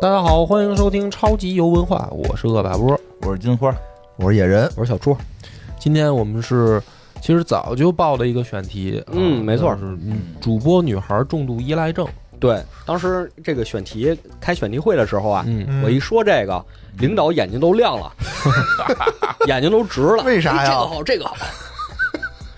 大家好，欢迎收听超级游文化，我是恶霸波，我是金花，我是野人，我是小朱。今天我们是其实早就报的一个选题，嗯啊没错就是主播女孩重度依赖症。对，当时这个选题开选题会的时候啊，嗯，嗯我一说这个，领导眼睛都 亮了，眼睛都直了。为啥呀哎这个好，这个好，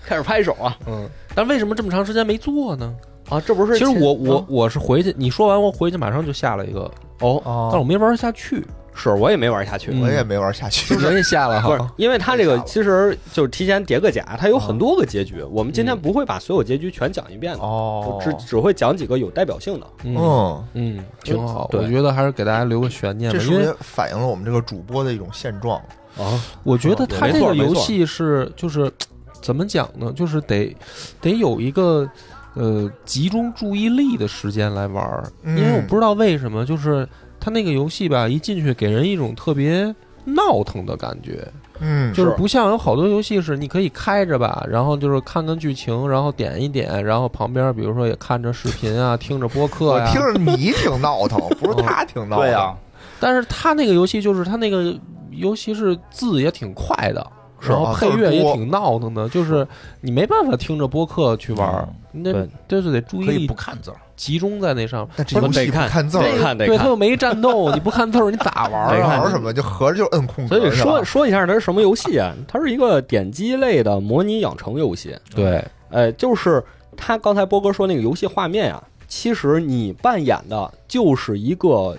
开始拍手啊嗯，但为什么这么长时间没做呢？啊！这不是其实嗯前我我啊我是回去，你说完我回去马上就下了一个，哦，但我哦，没玩下去，是我也没玩下去，嗯我也没玩下去。人也下了不是哈。因为它这个其实就是提前叠个甲，它有啊很多个结局，我们今天不会把所有结局全讲一遍的，嗯哦我只只会讲几个有代表性的。嗯嗯，嗯，挺好，对我觉得还是给大家留个悬嗯念吧，这是因不为是也反映了我们这个主播的一种现状？哦啊，我觉得它没这错个没游错戏是就是怎么讲呢？就是得得有一个呃集中注意力的时间来玩儿，因为我嗯不知道为什么，就是它那个游戏吧，一进去给人一种特别。闹腾的感觉，嗯就是是不像有好多游戏是你可以开着吧，然后就是看看剧情，然后点一点，然后旁边比如说也看着视频啊，听着播客我呀、听着你挺闹腾，不是他挺闹腾。对呀、啊但是他那个游戏就是他那个，尤其是字也挺快的，是然后啊配字儿乐也多挺闹腾的，就是你没办法听着播客去玩儿，那对就是得注意可以力不看字儿，集中在那上面。但这游得戏不看看字得儿，看得对他看。又没战斗，你不看字儿你咋玩儿得啊？玩什么就合着就摁空格所以是吧说说一下它是什么游戏啊？它是一个点击类的模拟养成游戏。对，呃，就是他刚才波哥说那个游戏画面啊，其实你扮演的就是一个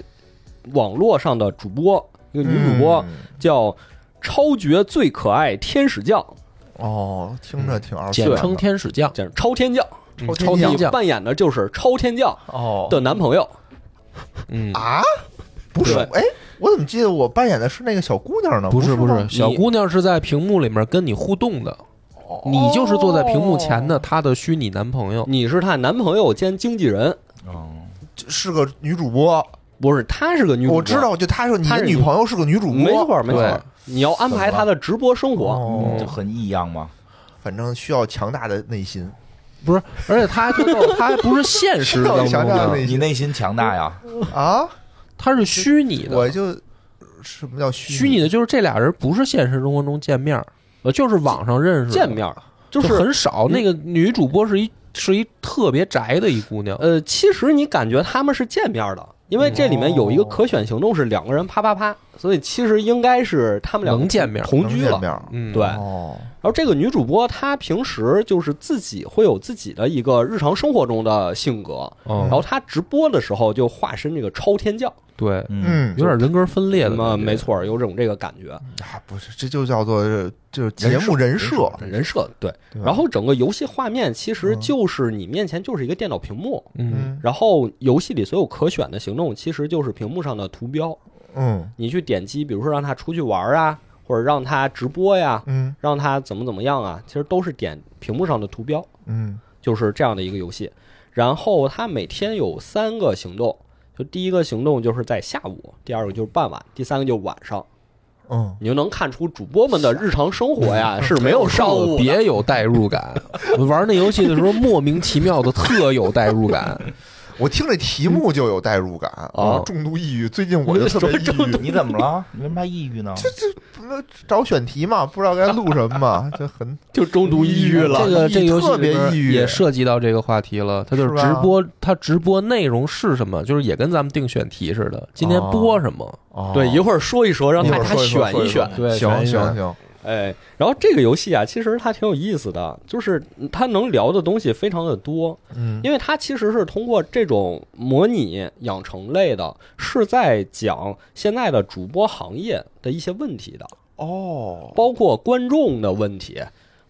网络上的主播，一个女主播、嗯叫超绝最可爱天使酱，哦，听着挺二次简元的称天使酱，简嗯称超天酱，啊嗯超超天天你酱，扮演的就是超天酱哦的男朋友。嗯，啊，不是对哎，我怎么记得我扮演的是那个小姑娘呢？不是是不吗是，，小姑娘是在屏幕里面跟你互动的，你就是坐在屏幕前的她的虚拟男朋友。你是她男朋友兼经纪人，嗯，是个女主播，不是？她是个女主播，我知，道，就她说你她的是女女朋友是个女主播，没错没嗯对错。你要安排她的直播生活，哦就很异样嘛。反正需要强大的内心，不是，而且她还特逗，她还不是现 实当中想想的那，你内心强大呀，啊！她是虚拟的。我就什么叫虚虚拟的就是这俩人不是现实生活中见面儿，呃，就是网上认识的见面儿就就是很少。那个女主播是一是一特别宅的一姑娘，呃，其实你感觉他们是见面的，因为这里面有一个可选行动是两个人啪啪啪，所以其实应该是他们两个能见面同能居见了。面然儿嗯，对哦，后这个女主播她平时就是自己会有自己的一个日常生活中的性哦格，然嗯，后她直播的时候就化身这个超天将，对，嗯，嗯，有点人格分裂的那么感觉，没错，有种这个感觉啊，不是，这就叫做就是节目人设，人设对。对吧然后整个游戏画面其实就是你面前就是一个电脑屏幕，嗯，嗯然后游戏里所有可选的行动其实就是屏幕上的图标。嗯你去点击，比如说让他出去玩啊，或者让他直播呀，嗯让他怎么怎么样啊，其实都是点屏幕上的图标，嗯就是这样的一个游戏。然后他每天有三个行动，就第一个行动就是在下午，第二个就是傍晚，第三个就是晚上。嗯，你就能看出主播们的日常生活 呀是没有上午特的。别有代入 感，我玩那游戏的时候莫名其妙的特有代入感，我听这题目就有代入感哦重度抑郁，最近我就特别抑郁，嗯你怎么了？你为什么还抑郁呢？那找选题嘛，不知道该录什么嘛，就很 就中毒抑郁了这个这个游戏特别里边抑郁也涉及到这个话题了，它就是是直吧播，它直播内容是什么，就是也跟咱们定选题似的，今天哦播什么，对，一哦会儿说一说，让一大会儿家说一说选说一说一对，选。行选一选行行，哎，然后这个游戏啊，其实它挺有意思的，就是它能聊的东西非常的多。嗯因为它其实是通过这种模拟养成类的，是在讲现在的主播行业的一些问题的，哦，包括观众的问题，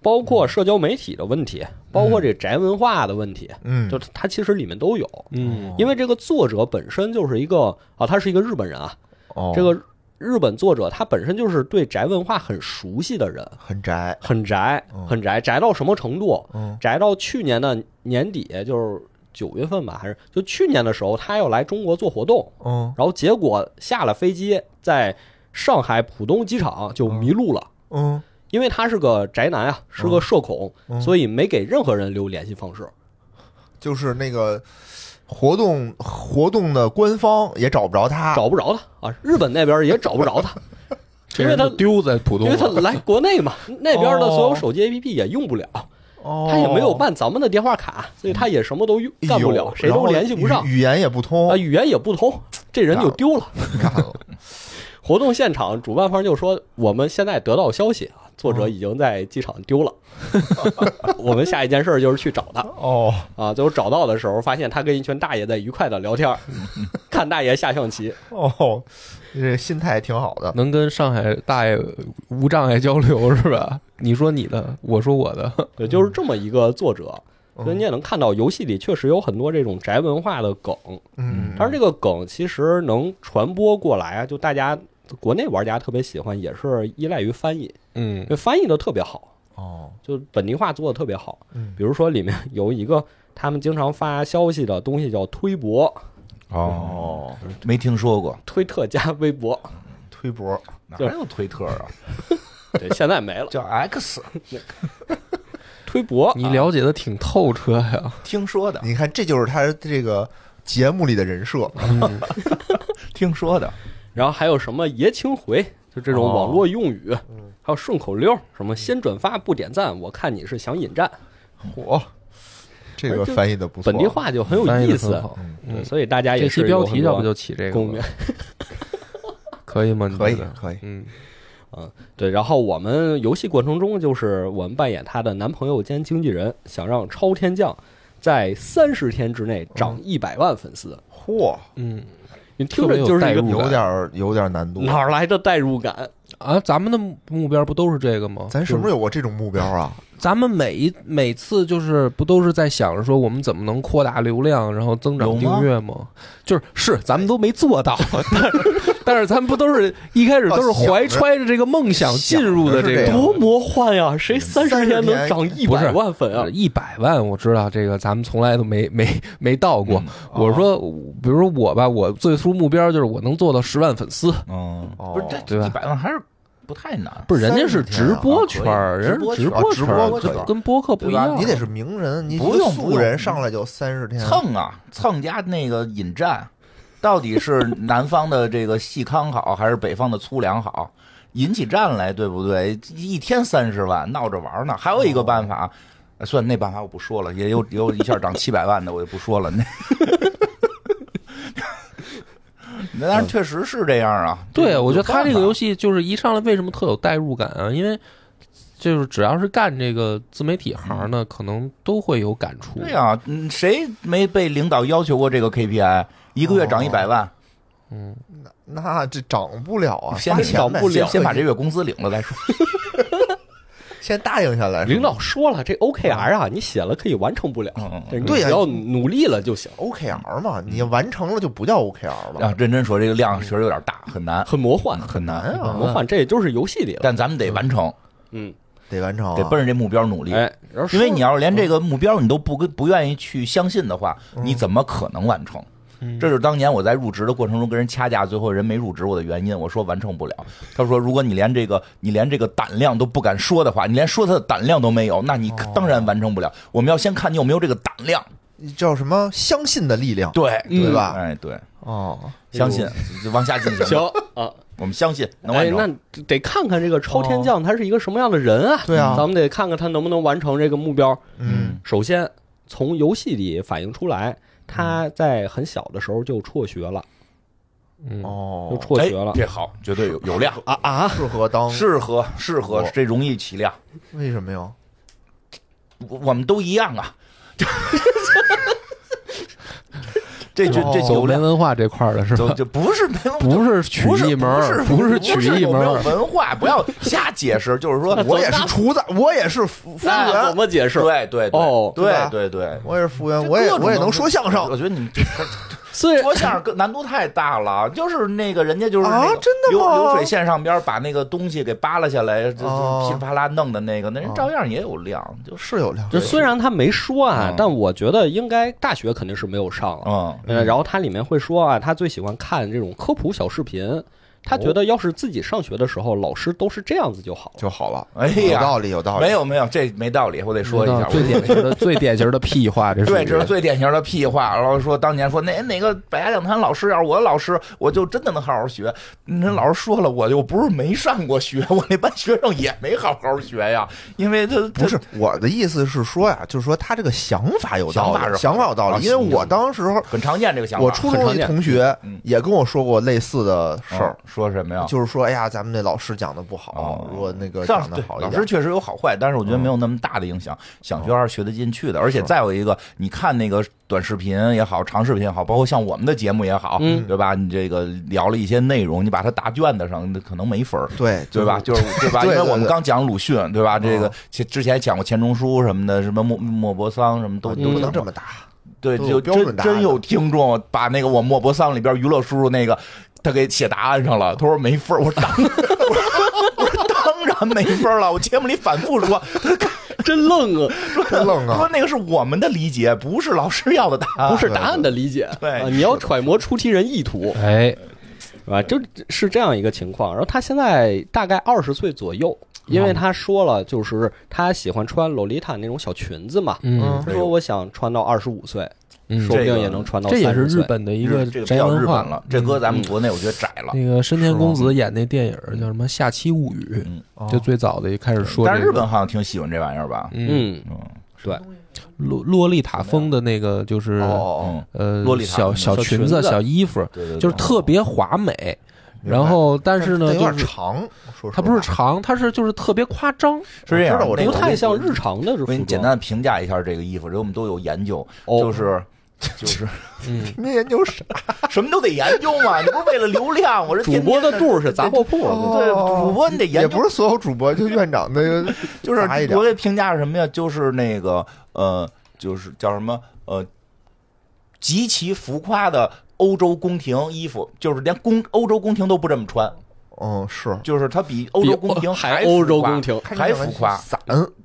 包括社交媒体的问题，包括这宅文化的问题，嗯哦就它其实里面都有。嗯，因为这个作者本身就是一个啊，他是一个日本人啊，哦这个日本作者他本身就是对宅文化很熟悉的人，很宅，很宅，很宅，宅到什么程度？嗯宅到去年的年底，就是九月份吧，还是就去年的时候，他要来中国做活动，嗯然后结果下了飞机，在上海浦东机场就迷路了，嗯因为他是个宅男啊，是个社恐，嗯所以没给任何人留联系方式。就是那个活动活动的官方也找不着他，找不着他啊，日本那边也找不着 他，因这为他人就丢在浦因东为他了。来国内嘛，那边的所有哦手机 APP 也用不了，哦他也没有办咱们的电话卡，所以他也什么都用哎呦干不了，谁然都后联系不上语语言也不通啊，，语言也不通，这人就丢了。哦干了 活动现场主办方就说：“我们现在得到消息啊，作者已经在机场 丢了。我们下一件事儿就是去找他哦，啊。最后找到的时候，发现他跟一群大爷在愉快的 聊天儿，看大爷下象棋。哦，这心态挺好的。能跟上海大爷无障碍交流是吧？你说你的，我说我的，对，就是这么一个作者。嗯所以你也能看到，游戏里确实有很多这种宅文化的梗。嗯，但是这个梗其实能传播过来啊，就大家国内玩家特别喜欢，也是依赖于翻译，嗯因为翻译的特别好，哦，就本地化做的特别好。嗯比如说里面有一个他们经常发消息的东西叫推博、哦，没听说过，推特加微博， 推博哪就有推特啊？对，现在没了。叫 X，推博， 你了解的挺透彻呀。听说的，你看，这就是他这个节目里的人设。听说的。然后还有什么爷青回，就这种哦网络用语，嗯还有顺口溜，什么先转发不点赞，我看你是想引战，嚯，这个翻译的不错，本地化就很有翻译意得思很。好，对嗯所以大家也这是期有标很题多要不就起这个共鸣吧， 可以吗？你觉可以得，可以。嗯，对，然后我们游戏过程中，就是我们扮演她的男朋友兼经纪人，想让超天降在三十天之内哦涨一百万粉丝。嚯，嗯你听着就是一特别代个入有点儿有点儿难度。哪儿来的代入感？啊，咱们的目标不都是这个吗？咱什么就时候有过这种目标啊？咱们每一每次就是不都是在想着说我们怎么能扩大流量，然后增长有吗订阅吗？就是是，咱们都没做到，但是但是咱们不都是一开始都是哦想怀着揣着这个梦想进入的想着是个这样多魔幻呀！谁三十天能涨一不是嗯百万粉啊？一百万，我知道这个咱们从来都没 没没到嗯过。哦我说，比如说我吧，我最初目标就是我能做到十万粉丝。嗯，哦不是，对这吧一百万还是不太难。不是，人家是30天直啊播圈儿，可以人家是直播播圈圈儿啊直播这可以跟播客不对一吧？样。你得是名人，你不用素人上来就三嗯十天，蹭啊，蹭加那个引战，到底 是南方的这个细糠好，还是北方的粗粮好？引起战来，对不对？一天三十万，闹着玩呢。还有一个办哦法，呃算那办法我不说了，也有也有一下涨七百万的，我就不 说了。那，那但是确实是这样啊。对，我觉得他这个游戏，戏就是一上来为什么特有代入感啊？因为就是只要是干这个自媒体行的，可能都会有感触。对啊，嗯谁没被领导要求过这个 KPI？一个月哦涨一百万，嗯，那这涨不了啊，先花钱涨呗不了先先把这月工资领了再说。先答应下来。领导说了，这 OKR 啊，你写了可以完成不了，嗯但是你对呀只要努力了就行。 OKR 嘛，你完成了就不叫 OKR 啊了，，认真说，这个量确实有点大，很难，很魔幻，很难难。啊，魔幻，这也就是游戏里了。但咱们得完成，嗯，得完成啊，得奔着这目标努力。哎，然后因说为你要是连这个目标你都不跟不愿意去相信的话，你怎么可能完成？这就是当年我在入职的过程中跟人掐架，最后人没入职我的原因。我说完成不了，他说如果你连这个你连这个胆量都不敢说的话，你连说他的胆量都没有，那你当然完成不了。我们要先看你有没有这个胆量，叫什么？相信的力量，对嗯对对吧哎，对，哦，相信，就往下进行吧。行啊，我们相信能哎完，成。那得看看这个超天降他是一个什么样的人啊？对啊咱们得看看他能不能完成这个目标。嗯，首先从游戏里反映出来，他在很小的时候就辍学了，嗯，就哦，辍学了哎这好，绝对有有量，啊啊！适合当适合适合我，这容易起量，为什么呀？我我们都一样啊。 这这这走有没量，文化这块儿的是就吧？就不是没有不是曲不是艺门儿，不是是曲不是艺有门没有儿，文化，不要瞎解释，就是说我也是厨 子，我也是 服服务那员怎，么解释？对对对哦对对吧对对。我也是服务员，这我也各种我也能说相我声觉得你这 虽然说相声更难度太大了，就是那个人家就是那啊个真的流吗流水线上边把那个东西给扒拉下来，这这哦噼里啪啦弄的那个，那人哦照样也有量，就是是有量，就虽然他没说啊嗯，但我觉得应该大学肯定是没有上了。嗯呃，然后它里面会说啊，他最喜欢看这种科普小视频，他觉哦得要是自己上学的时候，老师都是这样子就好了。就好了。哎有呀，道理，有道理。没有没有，这没道理，我得说一下。最典型 的最典型的屁话，这是对，这是最典型的屁话。然后说当年说哪哪个百家讲坛老师要是我的老师，我就真的能好好学。那老师说了，我又不是没上过学， 我那班学生也没好好学呀，因为他不是我的意思是说呀，就是说他这个想法有道想法是理，好想法有道啊理。因为我当时候很常见这个想法。我初中很常一见同学嗯也跟我说过类似的事儿，嗯说什么呀？就是说，哎呀，咱们那老师讲的不好哦，如果那个上讲的好一老点，嗯师确实有好坏，但是我觉得没有那么大的影响。想学还是学得进去的，而且再有一个，你看那个短视频也好，长视频也好，包括像我们的节目也好，嗯对吧？你这个聊了一些内容，你把它答卷子上，那可能没分儿。对对吧？？就是对吧？因对为对我们对刚讲鲁迅，对吧？这个嗯其之前讲过钱钟书什么的，什么莫莫泊桑什么都就都啊不嗯讲能这过。么打，对，都就有标真准答案真的有听众把那个我莫泊桑里边娱乐叔叔那个，他给写答案上了。他说没分儿我说当 我说当然没分儿了。我节目里反复啊说， 真愣啊！真 愣说啊！那个是我们的理解，不是老师要的答案。不是答案的理解，啊对啊你要揣摩出题人意图，哎，是吧？就是这样一个情况。然后他现在大概二十岁左右，因嗯为他说了，就是他喜欢穿洛丽塔那种小裙子嘛。嗯他说我想穿到二十五岁，嗯说，不这定个也能穿到这也是30岁日本 的一日个这个比宅较日文化嗯本了，这搁咱们国内我觉得窄了。那个深田是恭吗子演那电影儿叫什么《下期物语嗯》，就最早的一开始说但这是日个，本好像挺喜欢这玩意儿吧？嗯，嗯，嗯洛洛丽塔风的那个就是哦哦，嗯，呃洛丽塔小风小小裙裙子、子小衣服，对对，对哦就是特别华美。然后，但是呢，有就点是长，说实话它不是长，它是就是特别夸张。是这样我知道我这那个不个太像日常的我服给你装。简单地评价一下这个衣服，这我们都有研究，哦就是就是嗯，那研究 啥？什么都得研究嘛，你不是为了流量，我这主播的肚儿是杂货铺，哦对主播你得研也究，不是所有主播，就院长 的就是杂一点我给评价是什么呀？就是那个呃，就是叫什么呃，极其浮夸的欧洲宫廷衣服，就是连宫欧洲宫廷都不这么穿，嗯是就是它比欧洲宫廷还浮夸欧洲宫。廷，还浮夸散，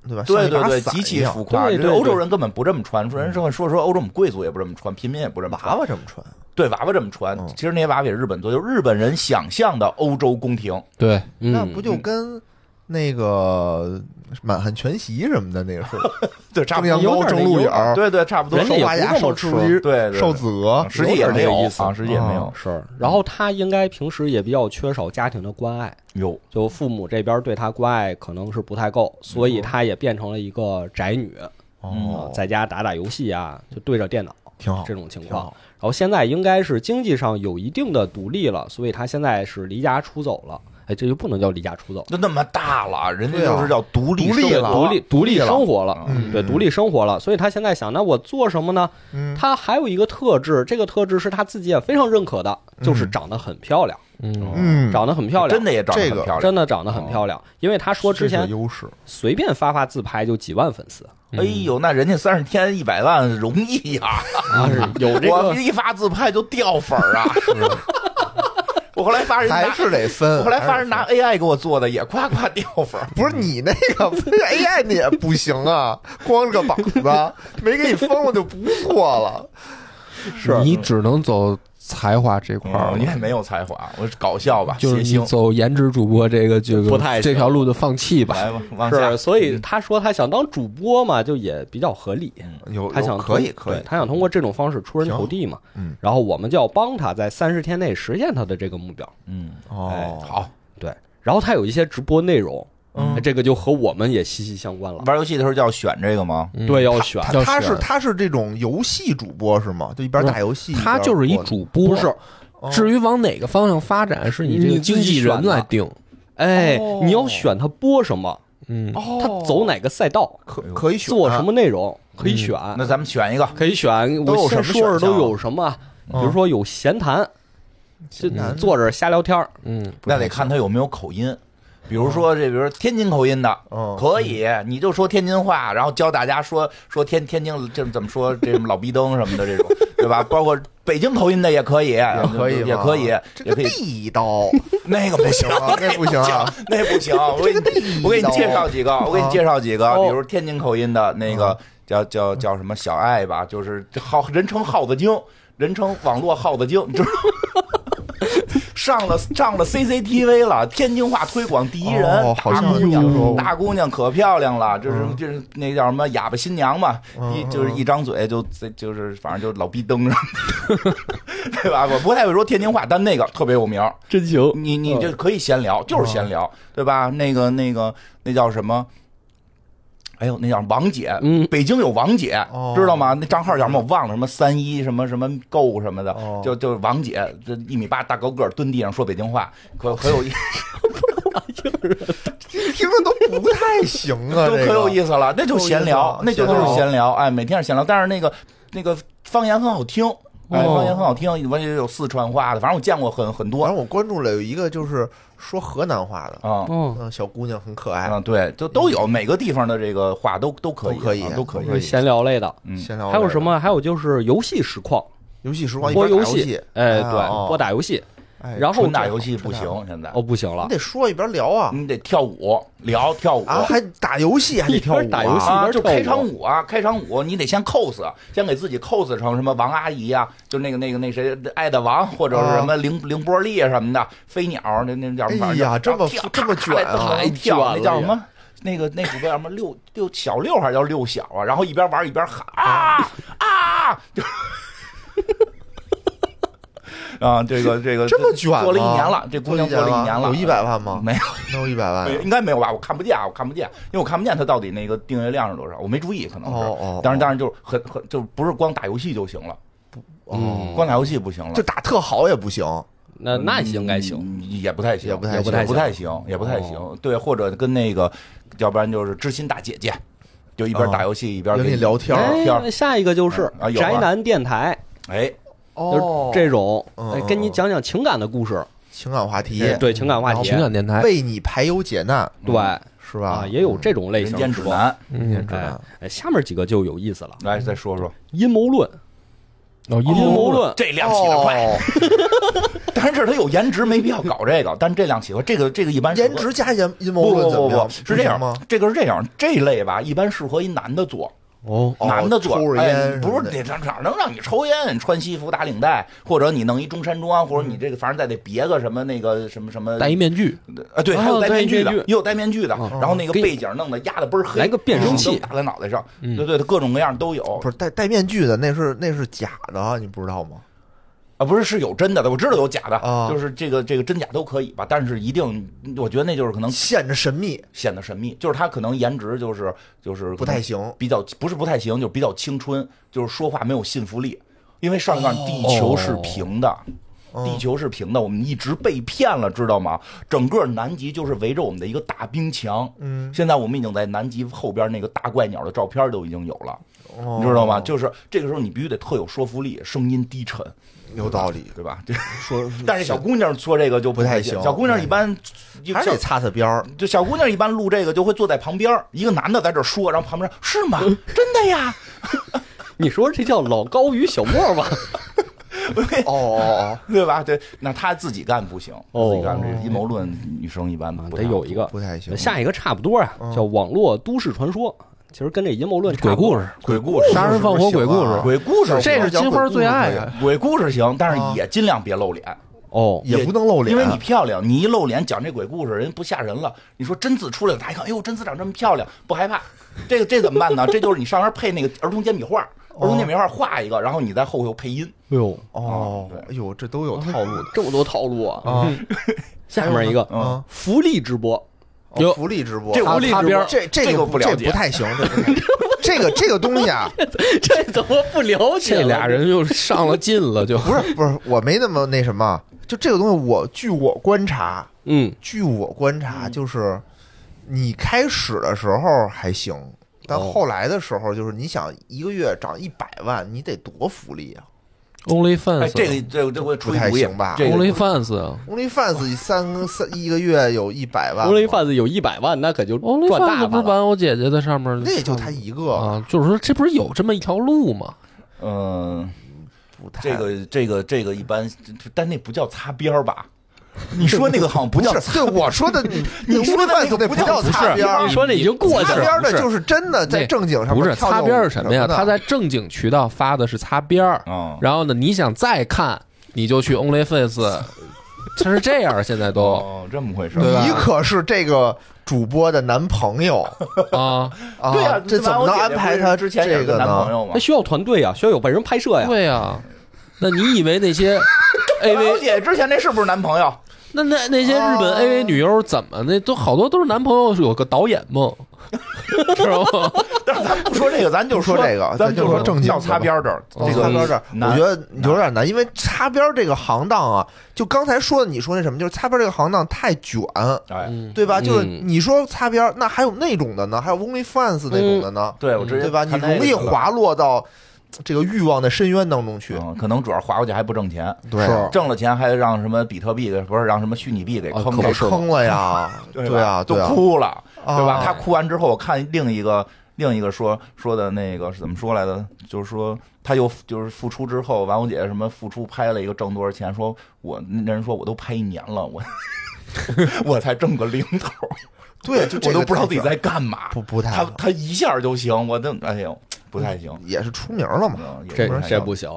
对吧？对像对一把对，伞极一其样浮夸。对这对欧洲对人根本不这么穿，说人说说说欧洲我们贵族也不这么穿，平民也不这么穿娃。娃这么穿，对娃娃这么穿嗯，其实那些娃娃也是日本做，就是日本人想象的欧洲宫廷。对，嗯那不就跟那个满汉全席什么的那个似的，对，差不蒸羊多有羔、点蒸那鹿有眼儿，对对，差不多人。家瘦也花不鸭、这么瘦吃雏鸡、对对瘦子鹅，实际也没有点这有意思啊，实际也没有哦。是？然后他应该平时也比较缺少家庭的关爱，有就父母这边对他关爱可能是不太够，所以她也变成了一个宅女，哦呃在家打打游戏啊，就对着电脑挺好这。种情哦挺况好。然后现在应该是经济上有一定的独立了，所以她现在是离家出走了。哎，这就不能叫离家出走，那那么大了，人家对啊就是叫独立独立生活了独立独立了生活了，嗯对，独立生活了。所以她现在想，那我做什么呢？嗯，她还有一个特质，这个特质是她自己也非常认可的，就是嗯长得很漂亮，哦嗯，嗯，长得很漂亮真。的也长得这很个漂亮。真的长得很漂亮，因为她说这之前哦是优势，随便发发自拍就几万粉丝嗯哎呦，那人家三十天一百万容易呀、啊，是有这我个一发自拍就掉粉儿啊！我后来发人还拿，是得分。我后来发还是人拿 AI 给我做的，也夸夸掉粉儿。不是你那个不是 AI 那也不行啊，光是个膀子，没给你封了就不错了。你只能走才华这块儿哦嗯，你也了。没有才华，我是搞笑吧，就是谐你星。走颜值主播这个这不太个行哎这条路就放弃吧。来吧，啊往下是，。所嗯以她说她想当主播嘛，就也比较合理。有她想嗯有可以通可对以，她想通过这种方式出人挺好头地嘛。嗯，然后我们就要帮她在三十天内实现她的这个目标。嗯，哦，好，对，然后她有一些直播内容，嗯这个就和我们也息息相关了。玩游戏的时候就要选这个吗？嗯对，，要选要他他选是他是这种游戏主播是吗？就一边打游戏，他就是一主播，不是？哦至于往哪个方向发展，是你这个你自己经纪选人的来定。哎哦，你要选她播什么，嗯，她走哪个赛道，可可哦以选嗯做什么内容，可以选。那咱们选一个，可以选，都有我什先么选项说说都啊有什么啊，比嗯如说有闲谈，就闲谈坐着瞎聊天儿，嗯，那得看他有没有口音。比如说，这比如说天津口音的，嗯可以，你就说天津话，然后教大家说说天天津这怎么说，这什么老逼灯什么的这种，对吧？包括北京口音的也可以，也也可以吗，也可以，这也个可以。地道，那个不行，啊那不行啊， 那不行。我给你，我给你介绍几个，我给你介绍几个，哦比如天津口音的那啊个叫叫叫什么小爱吧，就是号人称耗子精，人称网络耗子精，你知道吗？ 上了上了 CCTV 了，天津话推广第一人，哦好像大姑听说娘，过大姑娘可漂亮了，就是、嗯就是那叫什么哑巴新娘嘛，嗯一嗯就是一张嘴就就是反正就老逼登上， 对吧？我不太会说天津话，但那个特别有名儿。真行你你嗯这可以闲聊，就是闲聊，对吧？那个那个那叫什么？哎呦，那叫王姐，嗯北京有王姐，哦嗯知道吗？那账号叫什么？我忘了，什么三一什么什么购什么的，哦就就是王姐，这一米八大高个儿，蹲地上说北京话，可哦可有意，听着都不太行啊，都这可个有意思了。那就闲聊，有那意思就啊都是闲聊闲聊，哎，每天是闲聊，但是那个那个方言很好听，哎，哦方言很好听，完也有四川话的，反正我见过很很多反啊正我关注了有一个就是说河南话的，啊、哦，嗯，小姑娘很可爱，对，就都有每个地方的这个话都都可以，嗯都可以啊都可以都可以闲聊类的，嗯闲聊。还有什？么？还有就是游戏实况，游戏啊哦时光一播边打游游戏，哎，对，播打，打游戏，哎然后纯打这游戏不行，现在哦，不行了你，得说一边聊啊你得跳舞，聊跳舞啊，还打游戏 还得跳舞啊一边打游戏啊，一边就跳舞开场舞啊，开场舞你得先 cos，先给自己 cos 成什么王阿姨啊，就那个那个那谁爱的王，或者是什么凌凌波丽啊什么的，飞鸟那那叫什么玩意儿？哎呀这么然后跳这么卷啊咔一太卷跳了那叫什么？那个那主播叫什么六六小六还是叫六小啊？然后一边玩一边喊啊啊！ 就啊，这个这个这么卷吗做了一年了，这姑娘做了一年了，有一百万吗？没有。能有一百万没有应该没有吧？我看不见啊，我看不见，因为我看不见它到底那个订阅量是多少，我没注意，可能是。哦哦哦当然，当然就是很很就不是光打游戏就行了，嗯哦，光打游戏不行了。就打特好也不行，那那应该行，嗯，也不太行，也不太也行哦不太行，也不太行。对，或者跟那个，要不然就是知心大姐姐，就一边哦打游戏一边有给你聊天儿聊天哎，儿。下一个就是啊有啊宅男电台，哎，哦就是这种，嗯哎嗯跟你嗯讲讲情感的故事，哎情感话题，哎对对情感话题情，感嗯电台，为你排忧解难对是吧？嗯啊，也有这种类人型间的指直播。南，嗯，指南哎哎，下面几个就有意思了，来再说说阴谋论， 哦，阴阴谋谋论，这量起得快。 哦，但是他有颜值，没必要搞这个。但这量起得快，这个这个一般适合颜值加阴阴谋不论不怎不么不样？是不这行样吗？这个是这样，这类吧一般适合一男的做，哦，哦男的做，抽着哎烟不什么是的得哪哪能让你抽烟？穿西服打领带，或者你弄一中山装，或者嗯你这个反正再得别个什么那个什么什么戴一面具，啊，对，哦还有戴面具的，戴面具也有戴面具的，哦嗯然后那个给背景弄得压的倍儿黑，来个变声器灯打在脑袋上，嗯对对，各种各样都有不是戴戴面具的，那是那是假的，你不知道吗？啊，不是是有真的的，我知道有假的，啊就是这个这个真假都可以吧，但是一定我觉得那就是可能显着神秘显得神秘，就是他可能颜值就是就是不太行，比较不是不太行，就是比较青春，就是说话没有信服力。因为上一段地球是平的，哦嗯地球是平的，我们一直被骗了，知道吗？整个南极就是围着我们的一个大冰墙。嗯，现在我们已经在南极后边那个大怪鸟的照片都已经有了，哦你知道吗？就是这个时候你必须得特有说服力，声音低沉，有道理，对吧？这说但是小姑娘说这个就不太行，行小姑娘一般还是小得擦擦边儿，就小姑娘一般录这个就会坐在旁边儿，一个男的在这儿说，然后旁边儿是 吗？真的呀？你说这叫老高与小莫吧？哦 哦对吧？对，那他自己干不行，哦自己干这阴谋论，女生一般啊不得太有一个做哦，不太行，下一个差不多啊，叫网络都市传说，其实跟这阴谋论鬼故事，事，鬼故事，杀人放火鬼故事鬼故事这是行金花最爱的，鬼故事行，但啊是也尽量别露脸，哦，也不能露脸，因为你漂亮，你一露脸讲这鬼故事，人不吓人了。你说贞子出来了，大家一看，哎呦，贞子长这么漂亮，不害怕。这个这怎么办呢？这就是你上面配那个儿童简笔画，儿童简笔画画一个，然后你在后头配音。哎呦，哦，哎呦，这都有套路的这么多套路啊！啊下面一个嗯福利直播，哦有福利直播，这我无力擦之边国儿这这这个个不了这解不太行，这不太行 这个这个东西啊， 这怎么不了解了？这俩人又上了劲了，就不是不是，我没那么那什么，啊就这个东西我，据我观察，嗯，据我观察，就是你开始的时候还行，但哦后来的时候，就是你想一个月涨一百万，你得多福利啊 Only 哎，嗯 Fans，这个这个这我出一不太主意行吧这个 Only Fans， ！Only Fans 三三一个月有一百万 Only Fans 有一百哦万，那可就 Only 赚大 Fans 不是发了。把我姐姐在上面，那也就他一个，啊，就是说这不是有这么一条路吗？嗯。不太这个这个这个一般，但那不叫擦边儿吧？你说那个好像不不叫是对我说的，你你说的那 Only 个 Fans 不不叫叫擦边儿你说那已经过去擦边了，儿的不是就是真的在那正经上不面是跳跳擦舞边儿是什么呀？的哦他在正经渠道发的是擦边儿，啊，然后呢，你想再看，你就去 OnlyFans 他是这样，现在都哦，这么回事儿。对吧你可是这个主播的男朋友啊，啊！对呀，这怎么能安排他之前也这是个个男朋呢？友嘛那？需要团队呀，需要有本人拍摄哎呀。对呀、那你以为那些 A 王 V 姐之前那是不是男朋友？ 那那那些日哦本 A V 女优怎么那都好多都是男朋友有个导演梦，知道吗？但是咱们不说这个，咱就说这个咱咱们就就说正经的到擦边儿这儿，这这个擦边儿这儿，男我觉得有点难，因为擦边儿这个行当啊，就刚才说的，你说那什么，就是擦边儿这个行当太卷，哎，嗯，对吧？嗯就是你说擦边儿，那还有那种的呢，还有 OnlyFans 那种的呢，对我直接对吧？你嗯看那个容易去了滑落到这个欲望的深渊当中去。嗯，可能主要划过去还不挣钱，对，啊是挣了钱还让什么比特币给不是让什么虚拟币给啊坑可给不给是吗坑了 呀，对吧啊，都对啊，哭了，啊对吧？他哭完之后，我看另一个另一个说说的那个是怎么说来的？就是说他又就是复出之后，王红姐什么复出拍了一个挣多少钱？说我那人说我都拍一年了，我 我才挣个零头，对，就这我个都不知道自己太在干嘛。不不太他好他一下就行，我那哎呦不太行，也是出名了嘛。嗯也这太行这不行。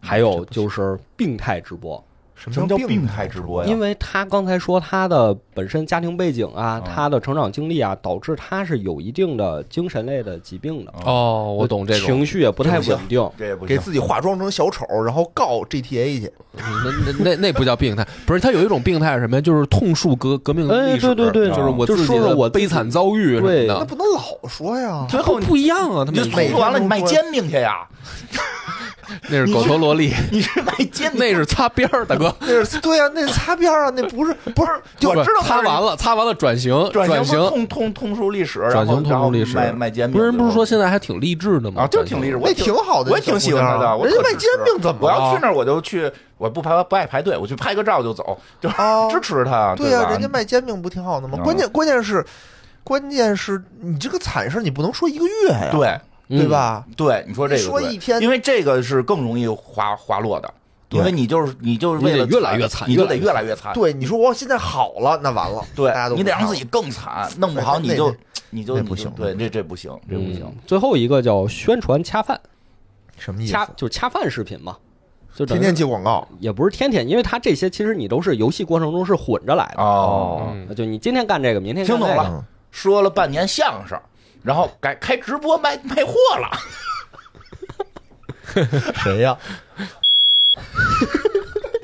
还有就是病态直播，什什么叫病态直播呀？因为他刚才说他的本身家庭背景啊，嗯他的成长经历啊，导致他是有一定的精神类的疾病的，哦，我懂这种，情绪也不太嗯这不稳行定。这也不给行。啊自己化妆成小丑，然后告 GTA 去。那那那那不叫病态，不是他有一种病态是什么呀？就是痛述革革命历史，哎对对对就是我就自己说说的我自己悲惨遭遇什么对的那，不能老说呀，最后不你不一样啊，他你就们重复完了，你卖煎饼去呀？那是狗头萝莉，你是卖煎 饼？那是擦边儿， 大哥。那是对呀、那擦边啊，那不是不是，就我知道擦完了，擦完了转型，转转型型不是，通通通述历史，然后转型通然后俗历史卖卖煎饼。不是人不是说现在还挺励志的吗？啊，就是挺励志，我那挺好的，我也挺喜欢他的。我啊人家可卖支煎持饼怎么我了？要去那儿我就去，我不排不爱排队，我去拍个照就走，就啊支持他。对呀呀、，人家卖煎饼不挺好的吗？嗯关键关键是，关键是你这个惨事，你不能说一个月呀、对嗯对吧？对，你说这个你说对一天因为这个是更容易滑滑落的，对因为你就是你就是为了你得越来越惨你就得越越来越惨。对，你说我现在好了，那完了，嗯对大家，都你得不看让自了己更惨，弄不好那你就那你就那你不就行对，这这不行，这不行嗯。最后一个叫宣传恰饭，什么意思恰？就是恰饭视频嘛，就等天于天接广告，也不是天天，因为他这些其实你都是游戏过程中是混着来嗯的。哦，嗯就你今天干这个，明天听干懂那个 了，说了半年相声，然后改开直播卖卖货了。谁呀、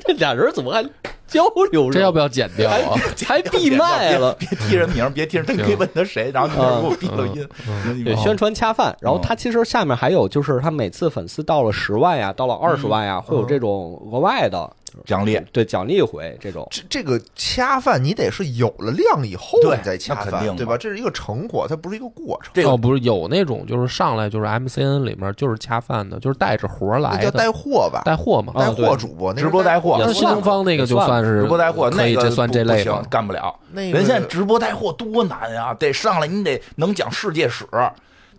这 俩人怎么还交流着？这要不要剪掉啊？ 哎还闭麦了？嗯 别别提人名，别提人，你可以问他谁，然后你这儿给我闭了音。哦对，宣传恰饭。然后哦他其实下面还有，就是他每次粉丝到了十万呀，到了二嗯十万呀，会有这种额外的奖励，对奖励回这种。这这个恰饭，你得是有了量以后对你再恰那肯定饭，嘛对吧？这是一个成果，它不是一个过程，这哦，个不是有那种就是上来就是 MCN 里面就是恰饭的，就是带着活儿那来叫的，带货吧？带货嘛。啊带货对主播，那直是播带货也那算新东方那个就也算算是直播带货，可那以个这算不这类不行吧，。干不了。那个人现在直播带货多难呀，得上来你得能讲世界史，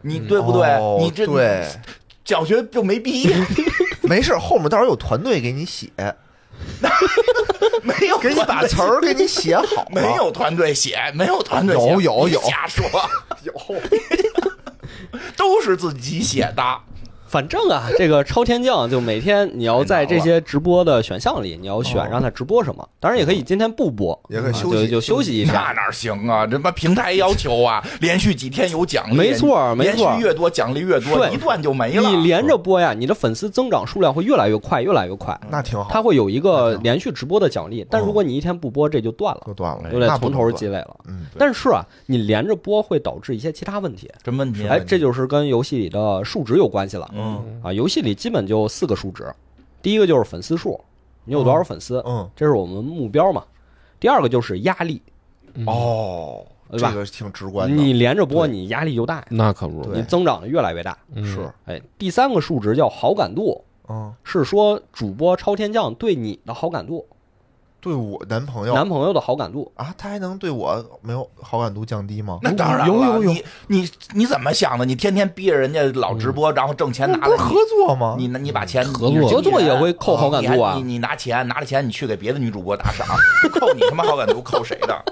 你嗯对不对哦？你这对，小学就没毕 业，没事，后面到时候有团队给你写，没有给你把词儿给你写好，啊 没有团队写，没有团队写，有有别有瞎说，有，都是自己写的。反正啊，这个超天降就每天你要在这些直播的选项里，你要哦选让他直播什么。当然也可以今天不播，也可以啊休息就就休息一那下。哪行啊？这妈平台要求啊，连续几天有奖励，没错儿没错儿连续越多奖励越多，对一段就没了。你连着播呀，你的粉丝增长数量会越来越快，越来越快。 那嗯挺好，它会有一个连续直播的奖励，但如果你一天不播，这就断了，就断了，就得那不从能头断积累了。嗯，但是啊，你连着播会导致一些其他问题，真问题哎，这就是跟游戏里的数值有关系了嗯，啊。游戏里基本就四个数值，第一个就是粉丝数，你有多少粉丝，嗯这是我们目标嘛。第二个就是压力，哦，嗯对这吧个挺直观的，你连着播，你压力就大，那可不是，你增长的越来越大。嗯是，哎，第三个数值叫好感度，嗯，是说主播超天降对你的好感度，对我男朋哎友男朋友的好感度。啊，他还能对我没有好感度降低吗？那当然了，有有有你你你怎么想的？你天天逼着人家老直播，然后挣钱那拿不是了合作吗？你，你你把钱合作你是经纪合作人也会扣好感度啊你还你你拿钱拿了钱，你去给别的女主播打赏，扣你他妈好感度扣谁的？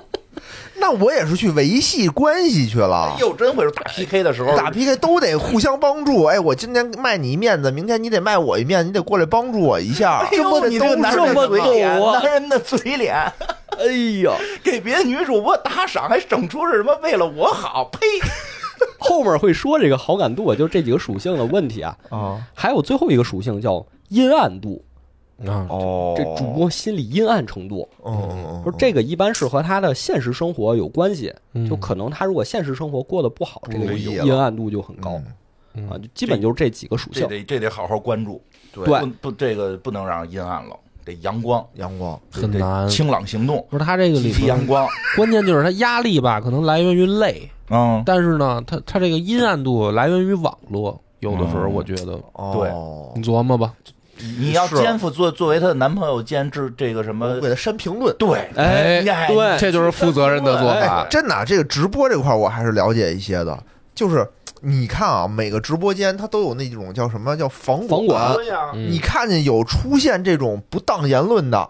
那我也是去维系关系去了。又哎真会说打 PK 的时候打 PK 都得互相帮助，哎，我今天卖你一面子，明天你得卖我一面子，你得过来帮助我一下。哎呦，你这个男这人么的嘴脸，狗啊男人的嘴脸，哎呀，给别的女主播打赏，还整出是什么为了我好，呸！后面会说这个好感度，啊就这几个属性的问题啊。啊，还有最后一个属性叫阴暗度，啊，哦，这主，播心理阴暗程度，嗯，说这个一般是和他的现实生活有关系，嗯就可能他如果现实生活过得不好，这个不如意了阴暗度就很高嗯嗯啊，就基本就是这几个属这性。得这得好好关注，对对不不这个不能让阴暗了，得阳光，嗯阳光，很得难。清朗行动，不是他这个积里极阳边，光，关键就是他压力吧，可能来源于累， 嗯，但是呢，他他这个阴暗度来源于网络，有的时候嗯我觉得，哦，你琢磨吧，你要肩负作作为她的男朋友兼职这个什么我给，他删评论。对，哎，哎对，这就是负责任的做哎法。真的啊，这个直播这块儿我还是了解一些的，就是你看啊，每个直播间它都有那种叫什么叫房啊房管对呀，嗯你看见有出现这种不当言论的，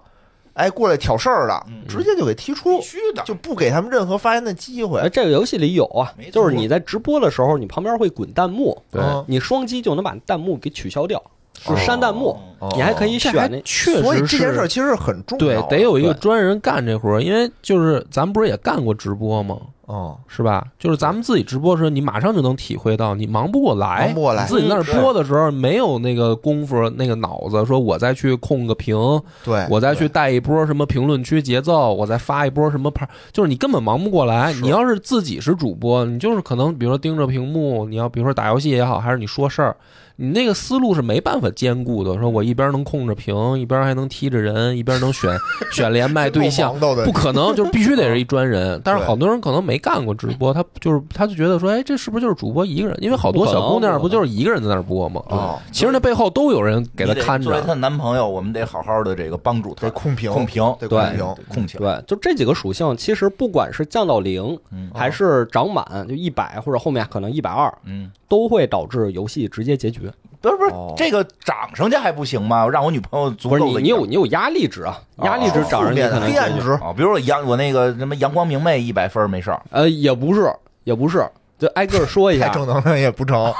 哎，过来挑事儿的，嗯直接就给踢出必，须的，就不给他们任何发言的机会哎，。这个游戏里有啊没，错就是你在直播的时候，你旁边会滚弹幕，对嗯你双击就能把弹幕给取消掉，哦就删弹幕，哦你还可以这选还那确实所以这件是事儿其实很重要对的，，啊得有一个对专人干这活儿，因为就是咱们不是也干过直播吗？嗯，是吧？就是咱们自己直播的时候，你马上就能体会到，你忙不过来，忙不过来你自己在那儿播的时候，没有那个功夫、那个脑子，说我再去控个屏，对，我再去带一波什么评论区节奏，我再发一波什么牌，就是你根本忙不过来。你要是自己是主播，你就是可能比如说盯着屏幕，你要比如说打游戏也好，还是你说事儿，你那个思路是没办法兼顾的。说我一边能控制屏，一边还能踢着人，一边能选选连麦对象，够忙叨的不可能，就是必须得是一专人。但是好多人可能没干过直播，他就是他就觉得说，哎，这是不是就是主播一个人？因为好多不可能小姑娘不可能不就是一个人在那儿播吗？哦其实那背后都有人给她你得看作为她着。的男朋友，我们得好好的这个帮助她得，控评，控屏，对控屏控情，对，就这几个属性，其实不管是降到零嗯，哦还是涨满，就一百或者后面可能一百二，嗯，都会导致游戏直接结局。不是不是哦，这个涨上去还不行吗？让我女朋友足不是够你，的你有你有压力值啊，哦压力值涨上负去面可的能黑暗结局值啊，比如我阳我那个什么阳光明媚一百分儿没事儿，呃，也不是，也不是，就挨个儿说一太下，正能量也不成。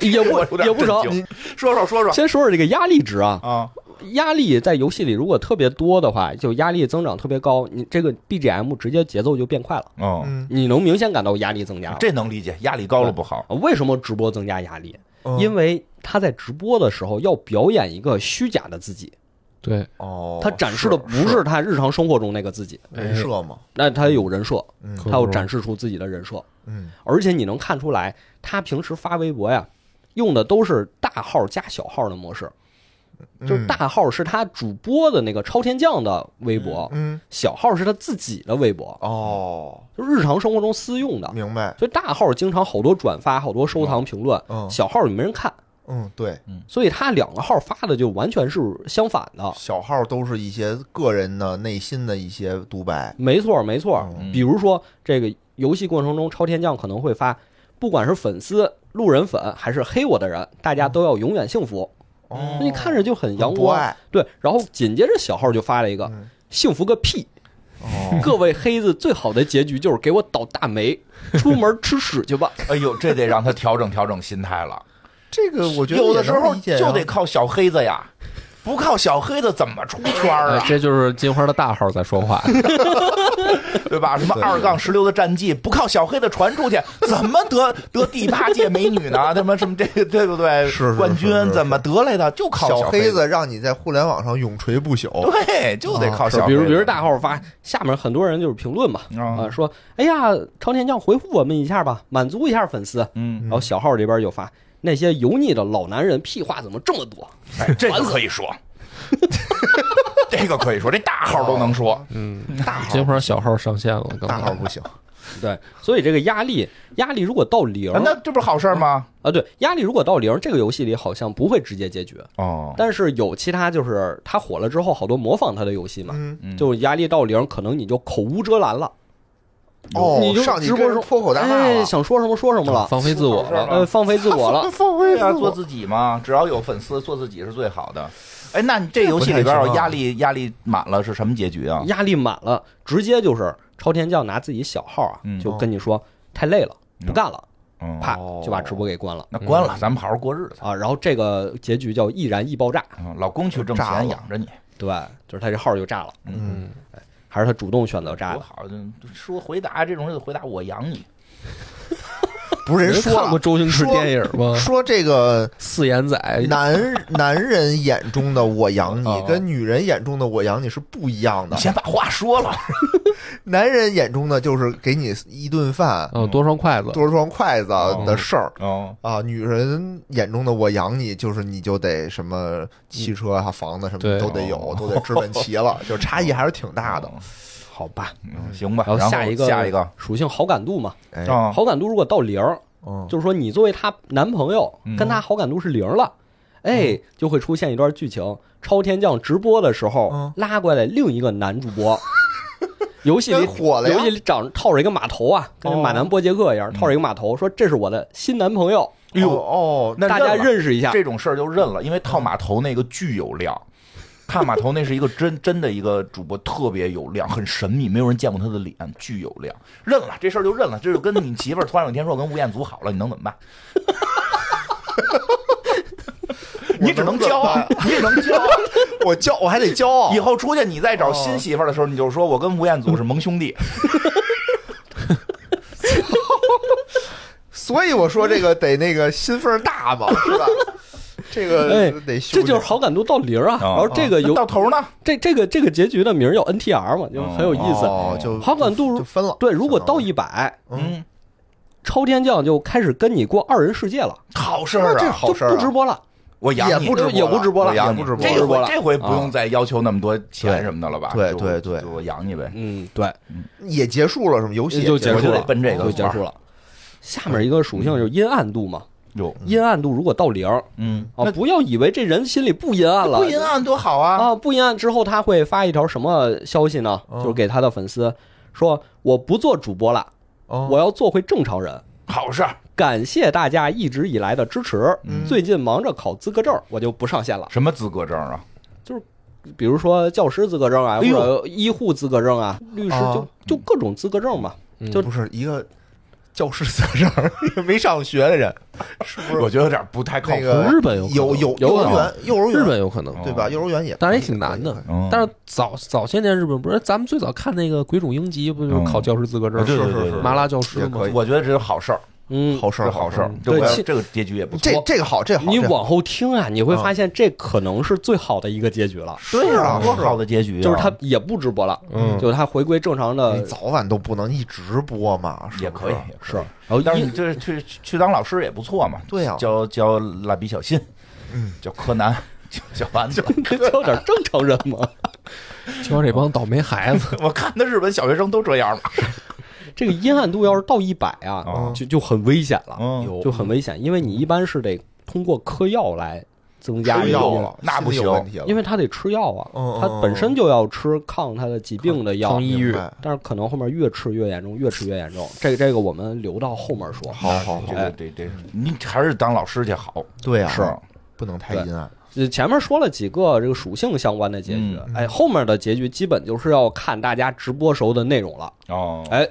也不 我有点也不震成。惊说说说说先说说这个压力值啊，啊，压力在游戏里如果特别多的话，就压力增长特别高，你这个 BGM 直接节奏就变快了，哦，嗯，你能明显感到压力增加了。这能理解，压力高了不好，为什么直播增加压力？嗯因为他在直播的时候要表演一个虚假的自己，对，哦，他展示的不是他日常生活中那个自己，人设嘛，那他有人设，嗯可他要展示出自己的人设，嗯，而且你能看出来，他平时发微博呀，用的都是大号加小号的模式，嗯就是大号是他主播的那个超天将的微博，嗯，嗯，小号是他自己的微博，哦，就日常生活中私用的，明白，所以大号经常好多转发，好多收藏评论，嗯小号也没人看。嗯，对，所以他两个号发的就完全是相反的。小号都是一些个人的内心的一些独白，没错，没错嗯。比如说这个游戏过程中，超天将可能会发，不管是粉丝、路人粉还是黑我的人，大家都要永远幸福。哦那你看着就很阳很博光爱，对。然后紧接着小号就发了一个嗯“幸福个屁”，哦，各位黑子最好的结局就是给我倒 大霉，出门吃屎去吧。哎呦，这得让他调整调整心态了。这个我觉得有的也时能候理解啊呀就得靠小黑子呀，不靠小黑子怎么出圈儿哎啊？这就是金花的大号在说话。 对吧？什么二杠十六的战绩，不靠小黑子传出去，怎么得得第八届美女呢？他妈什么这个对不对？是是冠军是是怎么得来的？就靠小黑黑。子让你在互联网上永垂不朽，对，就啊得靠小比黑子。如，比如大号发，下面很多人就是评论嘛，哦啊啊，说，哎呀，超天将回复我们一下吧，满足一下粉丝。嗯，然后小号这边就发那些油腻的老男人屁话怎么这么多？ 哎这个可以说， 这个可以说，这大号都能说。嗯，金花小号上线了，刚才大号不行，对，所以这个压力，压力如果到零，啊那这不是好事儿吗？啊，对，压力如果到零，这个游戏里好像不会直接解决，哦，但是有其他就是它火了之后，好多模仿它的游戏嘛，嗯，就是压力到零，可能你就口无遮拦了，哦，你就上去直播跟说人脱口大骂哎，了，，想说什么说什么了，放飞自我了。呃，放飞自我了放对飞呀，自做我，自己嘛，只要有粉丝，做自己是最好的。哎，那你这游戏里边不太儿行啊压力压力满了是什么结局啊？压力满了，直接就是超天将拿自己小号啊嗯，就跟你说太累了，不干了，嗯，啪哦就把直播给关了那关了，咱们好好过日子。啊。然后这个结局叫易燃易爆炸，嗯老公去挣炸了钱养着你，对，就是他这号就炸了，哎嗯，还是他主动选择炸多的？好。就说回答这种人就回答我养你，不是人说看过了周星驰电影吗？哎说这个四眼仔，男 男人眼中的我养哦你，跟女人眼中的我养你是不一样你的。先把话说了。男人眼中的就是给你一顿饭、嗯，多双筷子，多双筷子的事儿。哦，啊，女人眼中的我养你，就是你就得什么汽车啊、房子什么对都得哦有，都得置本齐 了，就是差异还是挺大的。好吧，嗯，行吧。然后然下一个下一个属性好感度嘛，哎，啊，好感度如果到零，嗯，就是说你作为她男朋友嗯，跟她好感度是零了，哎，就会出现一段剧情：超天将直播的时候嗯拉过来另一个男主播，游戏里真火了呀游戏里长套着一个马头啊，跟那马南波杰克一样，套着一个马头，说这是我的新男朋友，哎呦哦，哦那大家了认识一下。这种事儿就认了，因为套码头那个巨有量。套码头那是一个真 真的一个主播，特别有量，很神秘，没有人见过他的脸，巨有量。认了这事儿就认了，这就跟你媳妇儿突然有一天说我跟吴彦祖好了，你能怎么办？ 你只能骄傲，你只能骄傲。 我骄，我还得骄傲以。后出去你再找新媳妇儿的时候，你就说我跟吴彦祖是盟兄弟。所以我说这个得那个心缝儿大 嘛，是吧？这哎个得修这炼，就是好感度到零啊，哦然后这个那游到头呢？这这个这个结局的名儿叫 NTR 嘛，就很有意思。哦，就好感度就分哦了。对，如果啊相当到于一百，嗯，嗯，超天将就开始跟你过二人世界了，好事那儿这啊！好事儿就啊不直播了。我养也你，不直播也不直播了我养你也不直播这直播回了这回不用再要求那么多钱对什么的了吧？对就对对就我养你呗。嗯，对，也结束了，是吗？游戏也就结我束就了得，奔这个嗯就结束了。下面一个属性就是阴暗度嘛，哟，阴暗度如果到零嗯，啊，不要以为这人心里不阴暗了，不阴暗多好啊！嗯啊，不阴暗之后他会发一条什么消息呢？就是给他的粉丝说我不做主播了，嗯哦我要做回正常人。好事儿，感谢大家一直以来的支持，最近忙着考资格证，我就不上线了。什么资格证啊？比如说教师资格证啊，或哎呦者医护资格证啊，律师就啊就各种资格证嘛。就不是一个教师资格证，一个 没上学的人，是不我是？觉得有点不太靠那谱。个日本有可能有有有幼可儿能园，幼儿园日本有可哦能，对吧？幼儿园也，当然也挺难的。嗯但是早早些年日本不是，咱们最早看那个《鬼冢英吉》，不就是考教师资格证嗯吗？对是对对是对是，麻辣教师也吗可？以我觉得这是好事儿，嗯，好事是儿，好好事儿。这对我要其这个结局也不错。这这个好，这个好，你这个好往后听啊，你会发现这可能是最好的一个结局了，对啊，啊多是啊好的结局啊！就是他也不直播了，嗯就是他回归正常的你早晚都不能一直播嘛，是不是也可以，也可以是，然后啊但是 你一就是去去当老师也不错嘛，对呀教教蜡笔小新，嗯，教柯南， 教小丸子。叫点正常人嘛。教这帮倒霉孩子，我看那日本小学生都这样嘛。 这个阴暗度要是到一百啊嗯，就就很危险了，嗯就很危险，因为你一般是得通过嗑药来增加吃这个药啊阴了，那不心里行有问题了，因为他得吃药啊嗯，嗯他本身就要吃抗他的疾病的药抗，抑郁明，白但是可能后面越吃越严重，越吃越严重。这个这个我们留到后面说。好好好这，个这这，哎你还是当老师去好。对啊，是不能太阴暗，呃，前面说了几个这个属性相关的结局，嗯哎，后面的结局基本就是要看大家直播时候的内容了，哦，哎，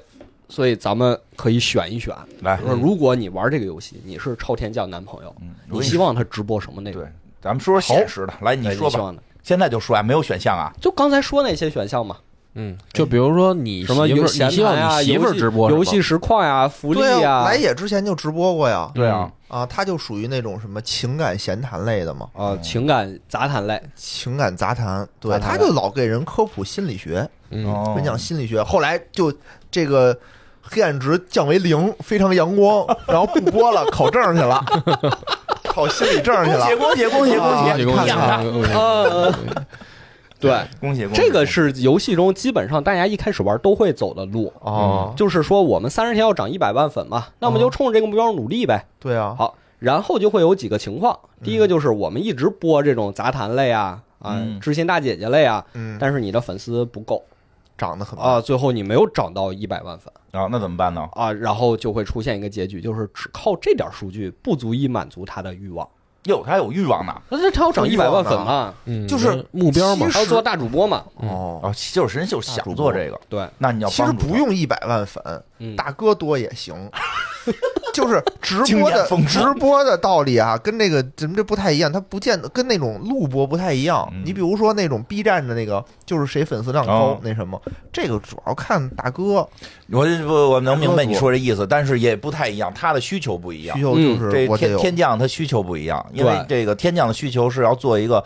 所以咱们可以选一选。哎来，嗯就是如果你玩这个游戏，你是超天将男朋友，我你跟你希望他直播什么内容？对，咱们说说现实的，来你哎说希吧，望的现在就说啊，没有选项啊，就刚才说那些选项嘛， 嗯，就比如说你什么媳妇儿游你希望啊、你媳妇儿直播游是戏吗实况呀、福利对呀啊，来也之前就直播过呀，对啊，啊，他就属于那种什么情感闲谈类的嘛，啊、情感杂谈类，情感杂谈，对，杂他谈就老给人科普心理学，嗯，哦分享心理学，后来就这个黑暗值降为零，非常阳光，然后不播了，考证去了， 考心理证去了 恭喜，恭喜恭喜啊恭这喜！个我你看看呃，嗯 对，恭喜恭喜！这个是游戏中基本上大家一开始玩都会走的路。哦，就是说，我们三十天要涨一百万粉嘛，那我们就冲着这个目标努力呗。对啊，好，然后就会有几个情况，第一个就是我们一直播这种杂谈类啊，啊嗯，知心大姐姐类啊，嗯，但是你的粉丝不够长得很哦啊，最后你没有涨到一百万粉啊，那怎么办呢？啊，然后就会出现一个结局，就是只靠这点数据不足以满足他的欲望。有他有欲望呢。那这他要涨一百万粉嘛，嗯，就是目标嘛其，实啊他要做大主播嘛，哦，哦，就是人就想做这个，对，那你要其实帮助不他用一百万粉，嗯，大哥多也 行。就是直经播验的丰富直播的道理啊，跟那个咱们这不太一样，它不见得跟那种录播不太一样嗯。你比如说那种 B 站的那个，就是谁粉丝量哦高那什么，这个主要看大哥我我我能明白大哥你说这意思，但是也不太一样，他的需求不一样需。求嗯就是这我得天有天降他需求不一样，因为对这个天降的需求是要做一个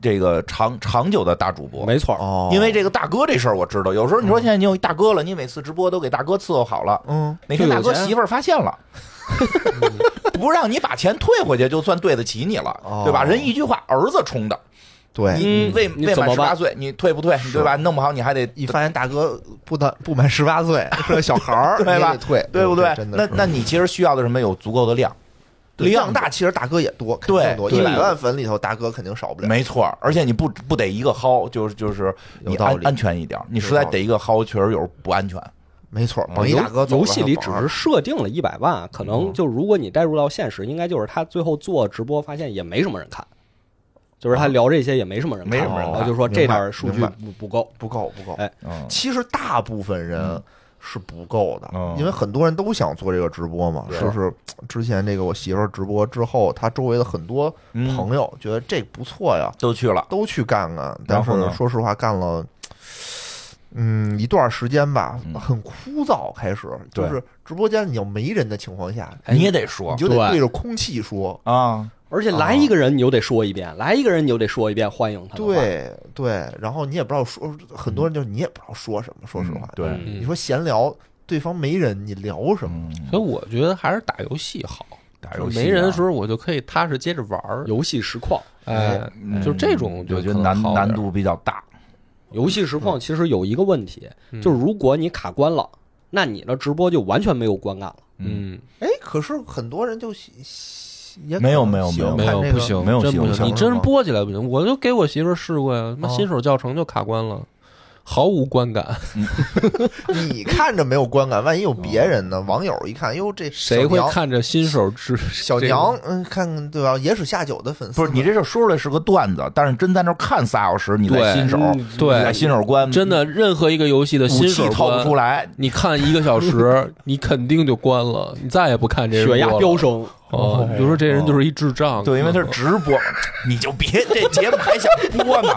这个长长久的大主播。没错儿，哦，因为这个大哥这事儿我知道，有时候你说现在你有一大哥了，你每次直播都给大哥伺候好了，嗯哪天就有大哥钱媳妇儿发 现了。不让你把钱退回去，就算对得起你了哦，对吧？人一句话，儿子充的，对，你嗯未你未怎满么十八办？岁，你退不退，对吧？弄不好你还得一发现大哥不但不满十八岁是个小孩 儿，对吧你也得退对不对这？真的那是那你其实需要的是什么？有足够的量，对量量大，其实大哥也多，肯对定多。一对百万粉里头，大哥肯定少不了。没错儿。而且你不不得一个薅，就是就是有你道安理安全一点儿。你实在有道理逮一个薅，确实有时候不安全。没错，嗯榜一大哥走了游戏里他只榜是二设定了一百万，可嗯能就如果你带入到现实，应该就是他最后做直播发现也没什么人看，就是啊他聊这些也没什么人看，没什么人看然后就说这点儿数据明白不不够，不够不够哎。嗯，其实大部分人嗯是不够的嗯，因为很多人都想做这个直播嘛。对就是之前这个我媳妇儿直播之后，她周围的很多嗯朋友觉得这不错呀，都去了，都去干干。但然是后呢说实话，干了。嗯，一段时间吧嗯，很枯燥。开始就对是直播间你要没人的情况下，哎你也得说你就得对对着空气说。啊。而且来一个人你又得说一遍，来一个人你又得说一遍，欢迎他的话。对对，然后你也不知道说，很多人就是你也不知道说什么。说实话，嗯嗯对嗯你说闲聊，对方没人，你聊什么？嗯，所以我觉得还是打游戏好。打游戏啊没人的时候，候，我就可以踏实接着玩儿。游戏实况，哎，嗯就这种我觉可得能难好点儿难。度比较大。游戏实嗯况其实有一个问题，嗯就是如果你卡关了，那你的直播就完全没有观感了。嗯，哎，可是很多人就喜喜也没有可能没有喜欢没看有这不个行，没有真行不不行，你行真是吗播起来不行。我就给我媳妇儿试过呀，他妈哦新手教程就卡关了，毫无观感。 你看着没有观感，万一有别人嗯呢？网友一看，哟，这谁小会娘看着新手直小娘，嗯，看看对吧？野史下酒的粉丝不是你这事儿说出来是个段子，但是真在那儿看仨小时，你对在新手，嗯对你在新手关，真的任何一个游戏的武新器手掏不关嗯出，来，你看一个小 时，你肯定就关了，你再也不看这人血压播了飙。升，哦，比如说这人就是一智障，对，因为他是直 播，你就别这节目还想播呢。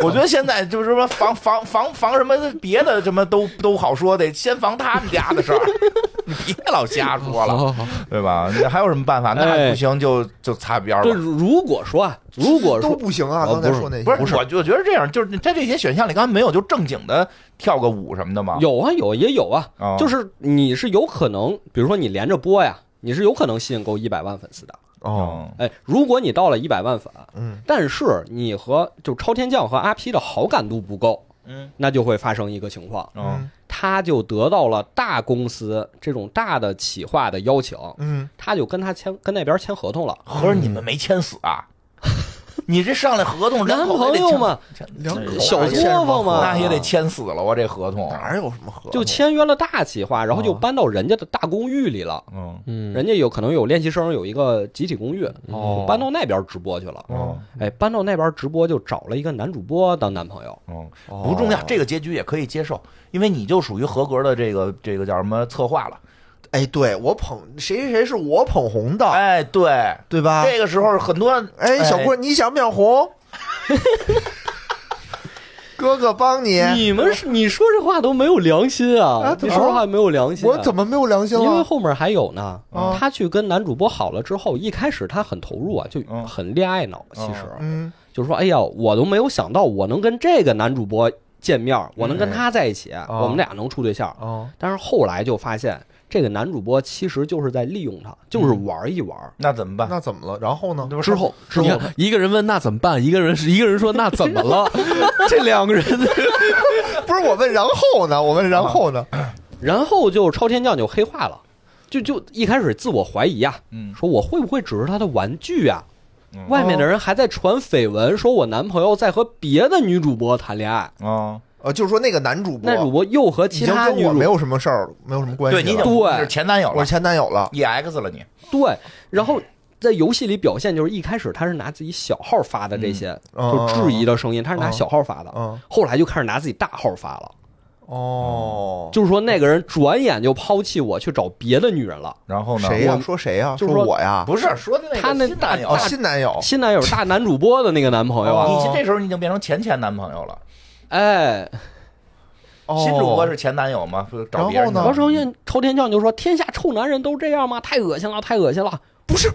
我觉得现在就是什么防防防防什么别的什么都都好说，得先防他们家的事儿， 你别老瞎说好了，好好，对吧？那还有什么办法？那哎不行就就擦边儿对，了。如如果说啊，如果都说不行啊！哦刚才不是说那些不是，我就觉得这样，就是在这些选项里，刚才没有就正经的跳个舞什么的吗？有啊有也有啊，啊，就是你是有可能，比如说你连着播呀，你是有可能吸引够一百万粉丝的。哦，嗯，哎，如果你到了一百万粉，啊嗯，但是你和就超天将和阿 P 的好感度不够，嗯那就会发生一个情况，嗯，他就得到了大公司这种大的企划的邀请，嗯，他就跟他签跟那边签合同了。合着你们没签死啊？ 你这上来合同，人男口朋得友签嘛，签啊两口小还作签什么坊嘛合那也得签死了，我这合同。啊哪有什么合同？就签约了大企划，然后就搬到人家的大公寓里了。嗯嗯，人家有可能有练习生有一个集体公寓，哦搬到那边直播去了。啊哦哎，搬到那边直播就找了一个男主播当男朋友。哦，不重要，这个结局也可以接受，因为你就属于合格的这个这个叫什么策划了。哎，对我捧谁谁谁是我捧红的，哎，对，对吧？这个时候很多啊哎，小郭，，你想不想红？哥哥帮你，你们是你说这话都没有良心啊！哎啊你说这话没有良心、啊。我怎么没有良心因为了？后面还有呢啊，他去跟男主播好了之后，一开始他很投入啊，就嗯很恋爱脑。其实嗯，就是说，哎呀，我都没有想到我能跟这个男主播见面，我能跟他在一起，哦我们俩能处对象。哦，但是后来就发现，这个男主播其实就是在利用他，就是玩一玩。那怎么办？那怎么了？然后呢？那不是之后，之你后看一个人问那怎么办，一个人是一个人说那怎么 了，这两个人不是我问，然后呢？我问然后呢？然后就超天将就黑化了，就就一开始自我怀疑啊，嗯说我会不会只是他的玩具啊嗯？外面的人还在传绯闻，说我男朋友在和别的女主播谈恋爱，啊，呃，就是说那个男主播，那主播又和已其经他跟女我主没有什么事儿，没有什么关系对了。你已经对是前男友我了是前男友了。 ，EX 了你。对，然后在游戏里表现就是一开始他是拿自己小号发的这些，嗯就质疑的声音，他是拿嗯小号发的，嗯后来就开始拿自己大号发了，哦，就是说那个人转眼就抛弃我去找别的女人了。然后呢？谁呀？我说谁呀？就是说说我呀？不是说的那个他那新男友哦，新男友新男友大男主播的那个男朋友啊，哦你这时候你已经变成前前男朋友了，哎，哦新主播是前男友嘛？不是找别人然王后呢少燕朝天将就说：“天下臭男人都这样吗？太恶心了，太恶心了！不是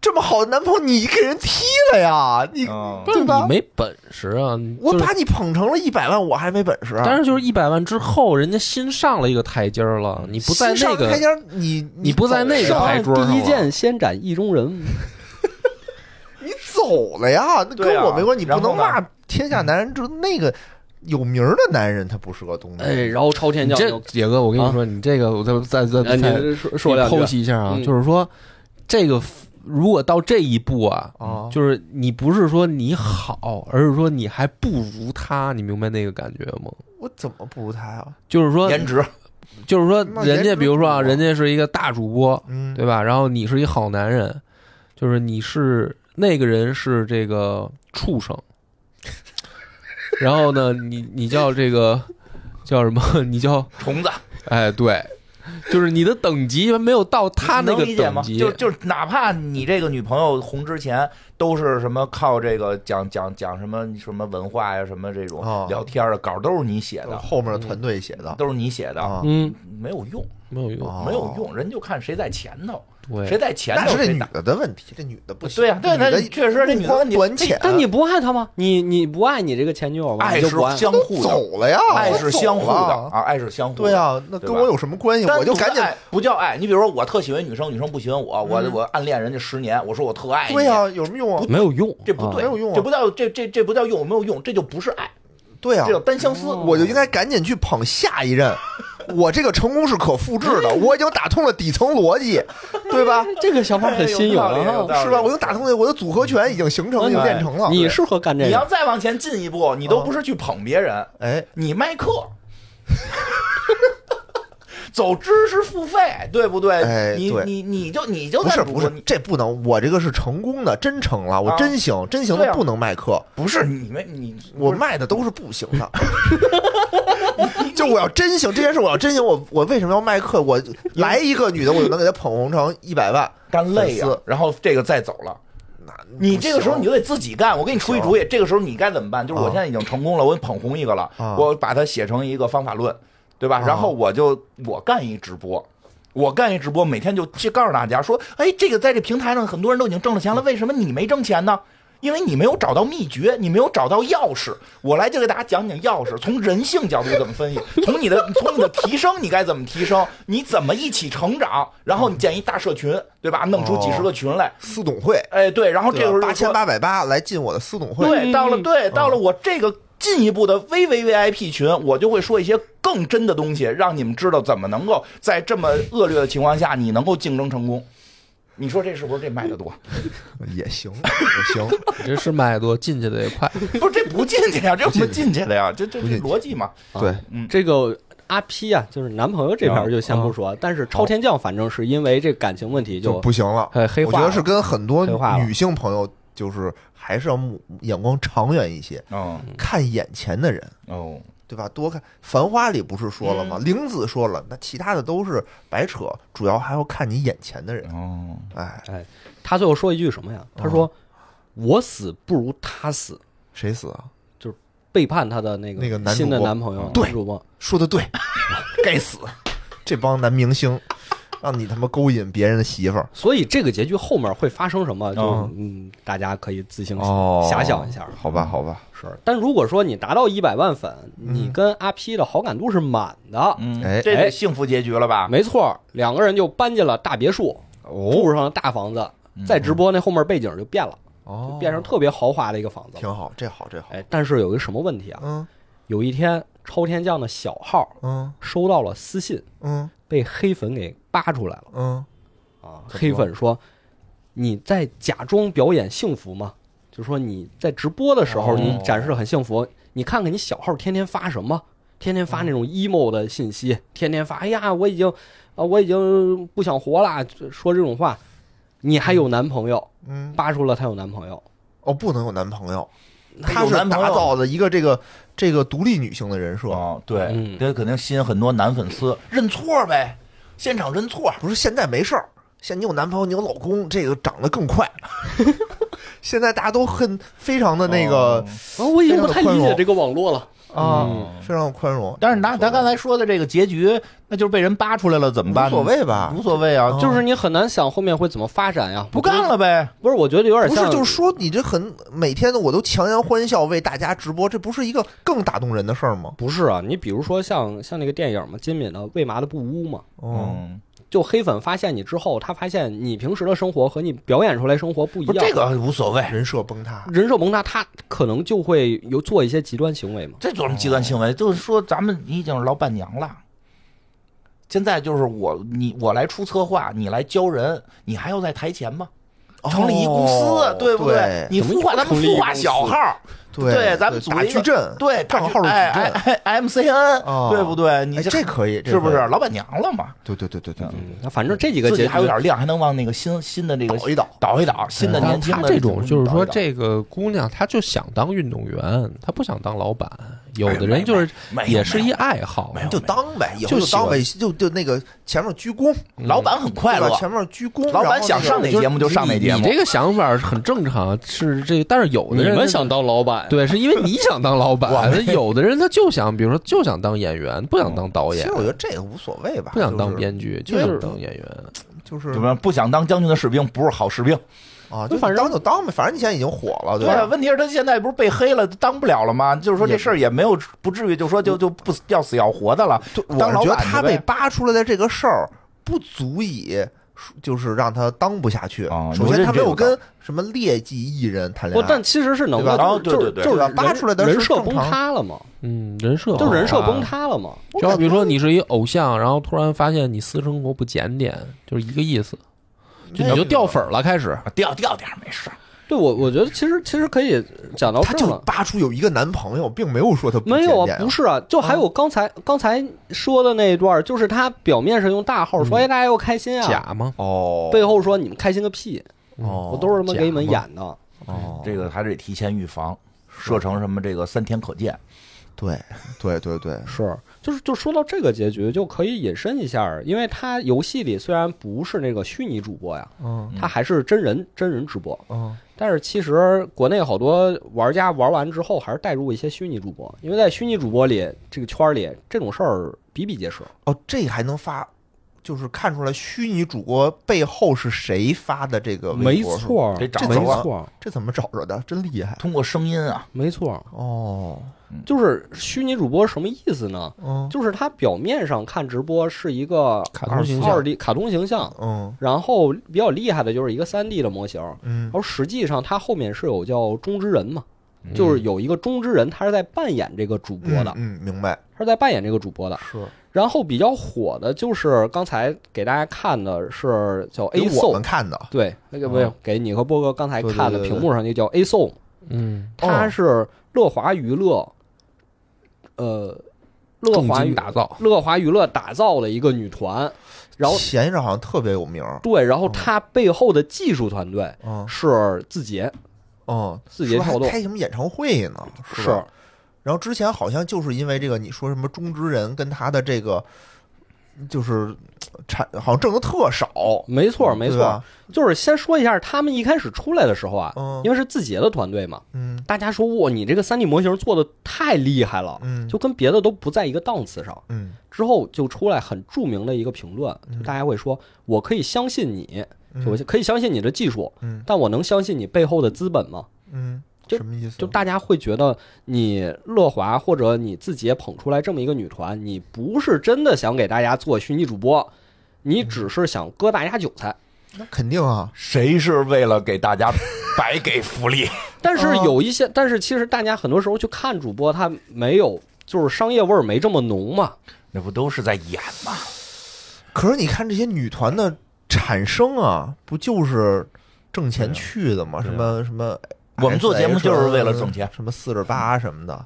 这么好的男朋友，你给人踢了呀？你嗯对吧你？没本事啊！你我就是把你捧成了一百万，我还没本事。啊但是就是一百万之后，人家新上了一个台阶儿了，你不在新那上个台阶儿，你你不在那个走了牌呀桌上了第一剑先斩意中人，你走了呀？那对跟啊我没关系，你然不后呢能骂天下男人之那个有名儿的男人，他不是个东西。哎，然后朝天你将这就，野哥，我跟你说，你这个我再再再哎，你再这说说两呃你句剖，析一下啊，嗯就是说这个 f- 如果到这一步啊，啊，就是你不是说你好，而是说你还不如他，你明白那个感觉吗？我怎么不如他呀？就是说，颜值，就是说那，人颜值家比如说啊，不如啊人家是一个大主播，嗯，对吧？然后你是一好男人，就是你是那个人是这个畜生，然后呢，你你叫这个叫什么？ 你叫虫子，哎对，就是你的等级没有到他那能个理解吗？等级，就就是哪怕你这个女朋友红之前都是什么靠这个讲讲讲什么什么文化呀，什么这种哦聊天的稿都是你写都是的，后面的团队写的都是你写的，啊，嗯，没有用，没有用，哦没有用，人就看谁在前头，对。谁在前那头是这谁女打。的的问题，这女的不行。对呀，对，女那的确实这女的问题目光短浅，哎但你不爱他吗？你你不爱你这个前女友吗？爱你就是不爱。相互的，走了呀，爱是相互的我走了。啊，爱是相互的。对呀，那对跟吧我有什么关系？单独哎我就赶紧嗯的爱不叫爱。你比如说，我特喜欢女生，女生不喜欢我，我我暗恋人家十年，我说我特爱你。对呀，有什么用啊？没有用，这不对，啊没有用啊这不叫这这这不叫用，没有用，这就不是爱，对呀这，叫单相思。我就应该赶紧去捧下一 任。我这个成功是可复制的，我已经打通了底层逻辑，对 吧？这个想法很新颖哎有道理有道啊！理是吧？我已经打通了，我的组合拳已经形成了，已经练成了。你适合干这你要个，再往前进一步，你都不是去捧别人，哎，你卖课。 走知识付费，对不对？哎你对你你就你就不在是主不是你，这不能，我这个是成功的，真成了，我啊真行，真行对的啊不能卖课，不是你们你我卖的都是不行的。 就我要真行这件事，我要真行，我我为什么要卖课？我来一个女的，我就能给她捧红成一百万，干累呀、粉丝然后这个再走了。那你这个时候不你行就得自己干，我给你出一主意。这个时候你该怎么办？就是我啊现在已经成功了，我捧红一个了啊，我把它写成一个方法论，对吧？然后我就我干一直播，我干一直播，每天就去告诉大家说，哎，这个在这平台上很多人都已经挣了钱了，为什么你没挣钱呢？因为你没有找到秘诀，你没有找到钥匙。我来就给大家讲讲钥匙，从人性角度怎么分析，从你的从你的提升你该怎么提升，你怎么一起成长，然后你建一大社群，对吧？弄出几哦十个群来，私董会，哎，对，然后这个时候就八千说八百八来进我的私董会，对，到了对，到了我这个进一步的 VVVIP 群，我就会说一些更真的东西，让你们知道怎么能够在这么恶劣的情况下，你能够竞争成功。你说这是不是这卖的多？也行也 行，你这是买多进去的也快。不是这不进去呀，这有什么进去的呀？这这这逻辑嘛，对，这个阿 P 啊，就是男朋友这边就先不说，但是超天将反正是因为这感情问题就就不行了。哎，黑我化觉了得是跟很多黑化了女性朋友，就是还是要目眼光长远一 些，嗯看眼前的人，哦，对吧？多看《繁花》里不是说了吗？嗯玲子说了，那其他的都是白扯，主要还要看你眼前的人。哦，哎，他最后说一句什么呀？他说：“我死不如他死。谁死啊？”背叛他的那那个个男主新的播嗯男朋友，对男主播，说的对， 该死！这帮男明星，让你他妈勾引别人的媳妇儿。所以这个结局后面会发生什么，就嗯嗯，大家可以自行哦遐想一下。好吧，好吧，是，但如果说你达到一百万粉，你跟阿 P 的好感度是满的，嗯，哎这得幸福结局了吧？没错，两个人就搬进了大别墅，住上了大房子。再直播那后面背景就变了，嗯哦就变成特别豪华的一个房子了。挺好，这好，这好。哎，但是有一个什么问题啊？嗯有一天，超天将的小号嗯收到了私信，嗯被黑粉给扒出来了。嗯，啊，黑粉说你在假装表演幸福吗？就说你在直播的时候哦你展示得很幸福，你看看你小号天天发什么，天天发那种 emo 的信息，天天发哎呀我已经啊我已经不想活了，说这种话。你还有男朋友，嗯，扒出了她有男朋友，啊哦，不能有男朋友，她她有是男朋友打造的一个这个这个独立女性的人设，哦，对，嗯这肯定吸引很多男粉丝认错呗，现场认错。不是现在没事儿，现在你有男朋友，你有老公，这个长得更快。 现在大家都很非常的那哦个啊，我已非常经不地太宽理解容这个网络了。啊嗯，非常宽容。但是拿咱刚才说的这个结局，那就是被人扒出来了，怎么办无呢？所谓吧嗯无，所谓啊，哦就就是你很难想后面会怎么发展呀，不干了呗。我觉得。不是，我觉得有点不是像，就是说你这很每天的我都强颜欢笑为大家直播，这不是一个更打动人的事儿吗？不是啊？你比如说像像那个电影嘛，金敏的《为嘛的不污》嘛，嗯，就黑粉发现你之后，他发现你平时的生活和你表演出来生活不一不样是，这个无所谓，人设崩塌，人设崩塌，他可能就会有做一些极端行为嘛。这有什么极端行为？就是说咱们你已经是老板娘了。现在就是我你我来出策划，你来教人，你还要在台前吗？成立一公司，哦对不对？你孵化咱们孵化小号，对对咱们组打一个矩阵，对账号的矩哎阵，哎哎，MCN，哦对不对？你哎，这可以，这是不可是以？老板娘了嘛？对对对对对，对嗯，那反正这几个自结己局还有点量，还能往那个新新的这个倒一嗯倒倒一倒，新的年轻他的这种就是说，倒一这个姑娘她就想当运动员，她不想当老板。有的哎没人有就是没有没有也是一爱好，没有就当呗，以后就就喜当欢呗，就就那个前面鞠躬，倒老板很快对乐吧，前面鞠躬，老板然后想那个上哪节目就上哪节目你这个想法很正常，是这，但是有的你人们想当老板，对，是因为你想当老 板，有的人他就想，比如说就想当演员，不想当导其演嗯实，我觉得这个无所谓吧，不想当就是编剧，因就为想当演员。就是怎么样不想当将军的士兵不是好士兵？啊，那就反正当就当呗，反正你现在已经火了，对啊，吧？问题是他现在不是被黑了，当不了了吗？就是说这也事儿也没有不至于，就说嗯就就不死要死要活的了。就我当是老觉得板去他被呗扒出来的这个事儿，不足以就是让他当不下去。啊首我觉先，得他没有这个跟什么劣迹艺人谈不恋，爱但，其实是能对吧的，然后就是对对对就是对吧扒出来的是人设正崩常塌了嘛，嗯，人设就是人设好啊崩塌了嘛。我就好感比觉说你是一偶像，然后突然发现你私生活不检点，就是一个意思，就你那就个掉粉儿了，开始。嗯掉掉点儿没事儿，对我，我觉得其实其实可以讲到他这儿就了。扒出有一个男朋友，并没有说他不没有检点，啊不是啊，就还有刚才、刚才说的那一段，就是他表面上用大号说，嗯哎，大家要开心啊，假吗？哦，背后说你们开心个屁，哦，我都是他妈给你们假演的。嘛哦，这个还得提前预防，设成什么这个三天可见。对对对 对，是，就是就说到这个结局，就可以引申一下儿，因为他游戏里虽然不是那个虚拟主播呀，嗯他还是真人真人直播，嗯，但是其实国内好多玩家玩完之后，还是带入一些虚拟主播，因为在虚拟主播里这个圈儿里，这种事儿比比皆是。哦，这还能发，就是看出来虚拟主播背后是谁发的这个微博没是吧，错儿，得找没着啊错儿，这怎么找着的？真厉害通过声音啊，没错儿，哦，就是虚拟主播什么意思呢？嗯就是他表面上看直播是一个卡通形象二 D 卡通形象，嗯然后比较厉害的就是一个三 D 的模型，嗯然后实际上它后面是有叫中之人嘛，就是有一个中之人，他是在扮演这个主播的，嗯嗯，嗯明白他是在扮演这个主播的。是然后比较火的就是刚才给大家看的是叫给 A 我 Soul，们看的对，那个没有给你和波哥刚才对对看的对对哦屏幕上那叫 A Soul，嗯，他是乐华娱乐，呃，乐重华娱金打造，乐华娱乐打造的一个女团，然后前一阵好像特别有名儿，对，然后他背后的技术团队嗯是字节，嗯，字节说还跳动开什么演唱会呢？是吧。然后之前好像就是因为这个，你说什么中之人跟他的这个，就是呃产好像挣的特少，哦没错没嗯对错吧，就是先说一下他们一开始出来的时候啊，嗯因为是字节的团队嘛，嗯大家说哇，你这个三 D 模型做的太厉害了，嗯就跟别的都不在一个档次上。嗯之后就出来很著名的一个评论，就大家会说，我可以相信你，就我可以相信你的技术，嗯但我能相信你背后的资本吗？嗯，就什么意思？就大家会觉得你乐华或者你字节捧出来这么一个女团，你不是真的想给大家做虚拟主播，你嗯只是想割大家韭菜。那肯定啊，谁是为了给 大家白给福利？但是哦有一些，但是其实大家很多时候去看主播，他没有就是商业味儿没这么浓嘛。那不都是在演吗？可是你看这些女团的产生啊，不就是挣钱去的啊吗？什么什么 SH 啊，我们做节目就是为了挣钱什么四十八什么的，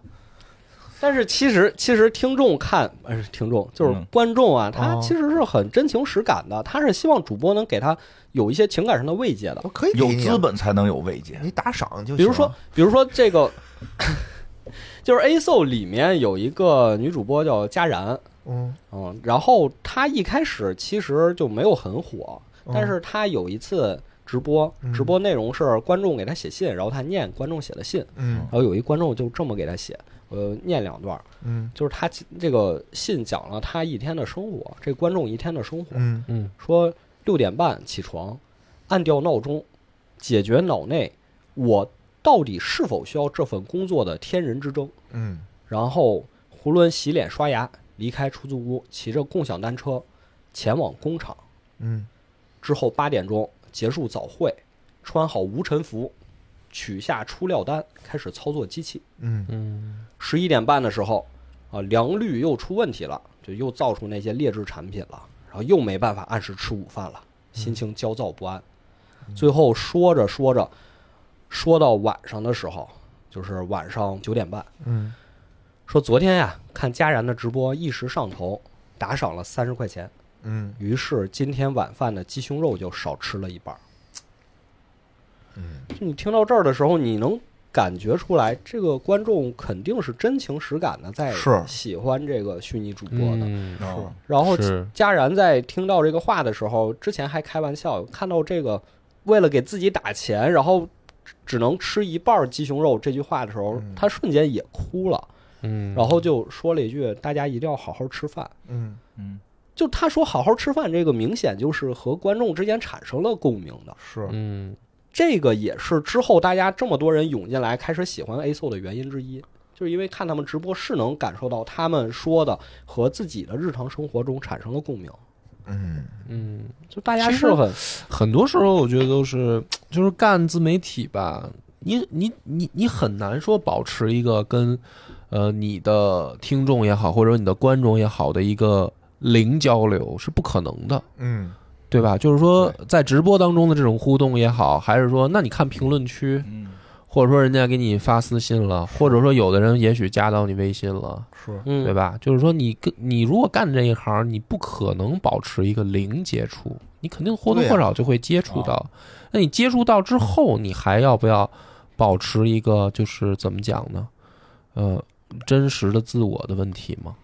但是其实其实听众看呃听众就是嗯观众啊，他哦其实是很真情实感的，他是希望主播能给他有一些情感上的慰藉的。我可以给有你啊资，本才能有慰藉。你打赏就行。比如说，比如说这个， 就是 A s o 里面有一个女主播叫佳然，嗯，嗯，然后她一开始其实就没有很火，嗯但是她有一次直播，直播内容是观众给她写信，然后她念观众写的信，嗯然后有一观众就这么给她写，我念两段儿，嗯就是她这个信讲了她一天的生活，这观众一天的生活，嗯嗯说六点半起床，按掉闹钟，解决脑内我到底是否需要这份工作的天人之争。嗯然后囫囵洗脸刷牙，离开出租屋，骑着共享单车前往工厂。嗯之后八点钟结束早会，穿好无尘服，取下出料单，开始操作机器。嗯嗯十一点半的时候，啊，良率又出问题了，就又造出那些劣质产品了，然后又没办法按时吃午饭了，心情焦躁不安。最后说着说着，说到晚上的时候，就是晚上九点半，嗯说昨天呀、看佳然的直播一时上头，打赏了三十块钱，嗯于是今天晚饭的鸡胸肉就少吃了一半。嗯，就你听到这儿的时候，你能感觉出来，这个观众肯定是真情实感的在是喜欢这个虚拟主播的。嗯，哦然后是佳然在听到这个话的时候，之前还开玩笑，看到这个为了给自己打钱，然后只只能吃一半鸡胸肉这句话的时候嗯，他瞬间也哭了，嗯，然后就说了一句：“大家一定要好好吃饭。”嗯嗯，就他说“好好吃饭”这个，明显就是和观众之间产生了共鸣的。是嗯这个也是之后大家这么多人涌进来开始喜欢 A SO 的原因之一，就是因为看他们直播是能感受到他们说的和自己的日常生活中产生了共鸣，嗯嗯，就大家其是实很很多时候我觉得都是就是干自媒体吧，你你你你很难说保持一个跟呃你的听众也好，或者你的观众也好的一个零交流是不可能的。嗯对吧？就是说，在直播当中的这种互动也好，还是说，那你看评论区，嗯或者说人家给你发私信了，或者说有的人也许加到你微信了，是嗯对吧？就是说，你跟你如果干这一行，你不可能保持一个零接触，你肯定或多啊对呀或少就会接触到。那你接触到之后，你还要不要保持一个就是怎么讲呢？呃，真实的自我的问题吗？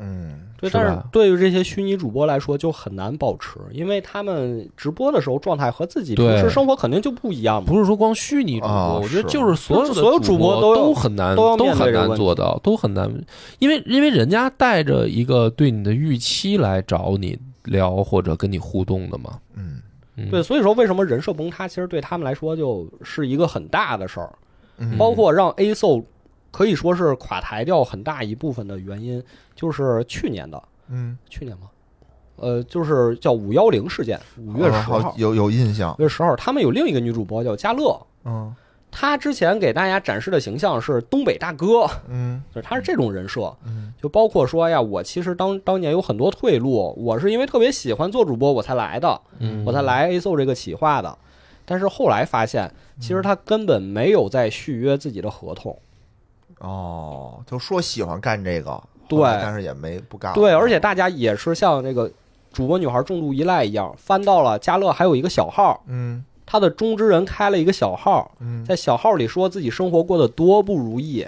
嗯对，是但是吧对于这些虚拟主播来说就很难保持，因为他们直播的时候状态和自己平对时生活肯定就不一样嘛。不是说光虚拟主播，啊我觉得是就是所有所有的主播播都要都很难，都要都面对很这个问难题做到，都很难，因为因为人家带着一个对你的预期来找你聊或者跟你互动的嘛。嗯嗯、对，，所以说为什么人设崩塌，其实对他们来说就是一个很大的事儿，嗯包括让 A SO 可以说是垮台掉很大一部分的原因，就是去年的嗯去年吗？呃，就是叫五幺零事件，五月十啊号好，有有印象五，月十号，他们有另一个女主播叫嘉乐，嗯她之前给大家展示的形象是东北大哥，嗯就是她是这种人设，嗯就包括说哎呀，我其实当当年有很多退路，我是因为特别喜欢做主播我才来的，嗯，我才来 A SO 这个企划的，但是后来发现，其实他根本没有在续约自己的合同。哦，就说喜欢干这个，对后来但是也没不干了，对，而且大家也是像这个主播女孩重度依赖一样，翻到了嘉乐还有一个小号，嗯他的中之人开了一个小号，嗯在小号里说自己生活过得多不如意，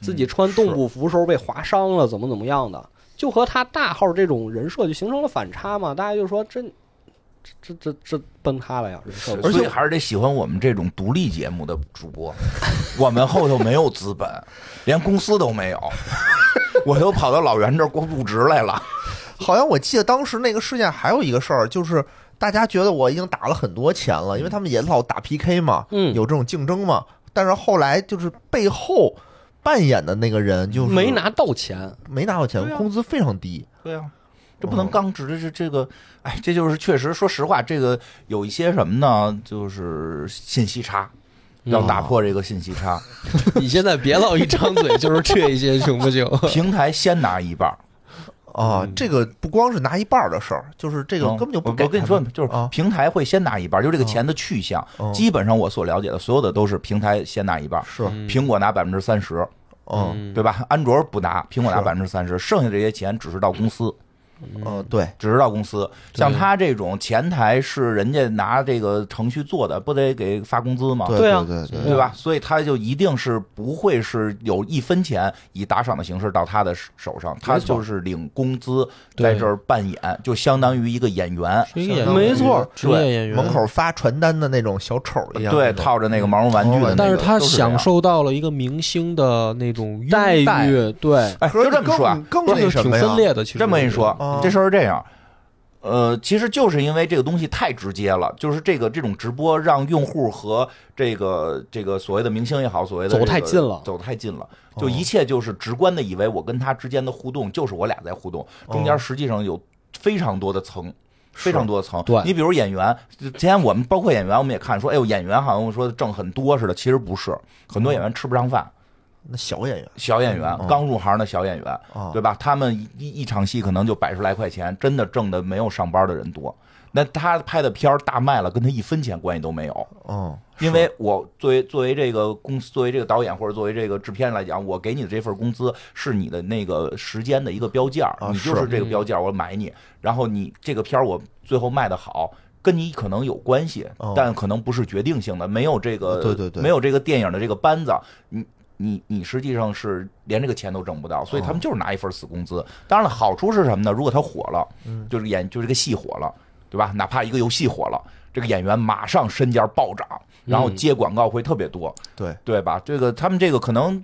自己穿动捕服时候被划伤了，怎么怎么样的，就和他大号这种人设就形成了反差嘛。大家就说这这这这崩塌了呀，人设而且还是得喜欢我们这种独立节目的主播，我们后头没有资本，连公司都没有，我都跑到老袁这儿过入职来了。好像我记得当时那个事件还有一个事儿，就是大家觉得我已经打了很多钱了，因嗯为他们也老打 PK 嘛，嗯有这种竞争嘛。但是后来就是背后扮演的那个人就是没拿到钱。没拿到钱对，啊工资非常低。对啊，这不能刚直的这这个，哎，这就是确实，说实话，这个有一些什么呢？就是信息差，要打破这个信息 差。你现在别老一张嘴就是这些，行 不行？平台先拿一半儿，啊，嗯这个不光是拿一半儿的事儿，就是这个根本就不哦嗯我给。我跟你说，，就是啊平台会先拿一半儿，就这个钱的去向嗯，基本上我所了解的所有的都是平台先拿一半儿，嗯是苹果拿百分之三十，嗯对吧？安卓不拿，苹果拿百分之三十，剩下这些钱只是到公司，嗯，对，只是到公司。对像他这种前台是人家拿这个程序做的，不得给发工资吗？对啊对对对对嗯吧？所以他就一定是不会是有一分钱以打赏的形式到他的手上，他就是领工资在这儿扮演，就相当于一个演员，是一个演员，没错职业演员门。口发传单的那种小丑一样，对，那种套着那个毛绒玩具的那个。但是他都这样享，受到了一个明星的那种拥 待遇对，哎，说就这么说啊，更这更个那什挺么呀分？裂的。其实这么一说哦，这事儿是这样。呃，其实就是因为这个东西太直接了，就是这个这种直播让用户和这个这个所谓的明星也好，所谓的、走太近了走太近了，哦就一切就是直观的以为我跟他之间的互动就是我俩在互动，哦中间实际上有非常多的层。非常多的层，对你比如演员，之前我们包括演员，我们也看说，哎呦，演员好像说挣很多似的，其实不是，很多演员吃不上饭，那小演员小演员哦嗯刚入行的小演员，啊，对吧？他们一一一场戏可能就百十来块钱，真的挣的没有上班的人多。那他拍的片儿大卖了，跟他一分钱关系都没有。嗯，因为我作为作为这个公司，作为这个导演或者作为这个制片来讲，我给你的这份工资是你的那个时间的一个标价儿，啊你就是是这个标价儿，我买你，然后你这个片儿我最后卖的好。跟你可能有关系哦，但可能不是决定性的，没有这个，对对对没有这个电影的这个班子，你你你实际上是连这个钱都挣不到，所以哦他们就是拿一份死工资。当然了，好处是什么呢？如果他火了，嗯就是演就是这个戏火了，对吧？哪怕一个游戏火了，这个演员马上身价暴涨，嗯然后接广告会特别多，对，对吧？这个他们这个可能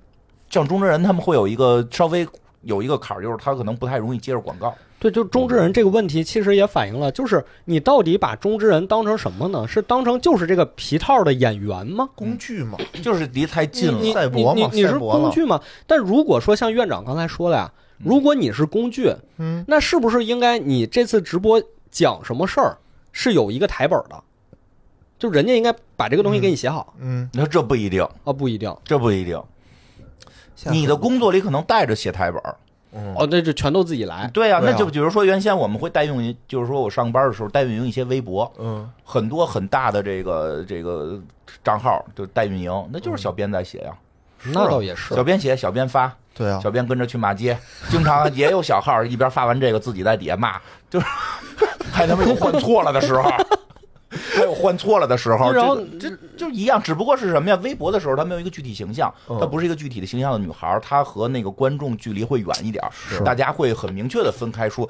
像中之人，他们会有一个稍微有一个坎儿，就是他可能不太容易接着 广告。对，就中之人这个问题，其实也反映了，就是你到底把中之人当成什么呢？是当成就是这个皮套的演员吗？工具嘛，就是离太近你了，嗯赛博你嘛你你是赛博了工具吗？但如果说像院长刚才说的呀，如果你是工具，嗯，那是不是应该你这次直播讲什么事儿是有一个台本的？就人家应该把这个东西给你写好嗯，那这不一定，啊，不一定这不一定。下你的回工作里可能带着写台本儿，嗯哦，那就全都自己来。对呀、对啊那就比如说原先我们会代用，就是说我上班的时候代运营一些微博，嗯很多很大的这个这个账号就代运营，那就是小编在写呀、那倒也是小，编写，小编发，对啊，小编跟着去骂街，经常也有小号一边发完这个自己在底下骂，就是还他妈有换错了的时候，还有换错了的时候，然后这个就就一样，只不过是什么呀？微博的时候它没有一个具体形象，嗯它不是一个具体的形象的女孩，她和那个观众距离会远一点，大家会很明确的分开说。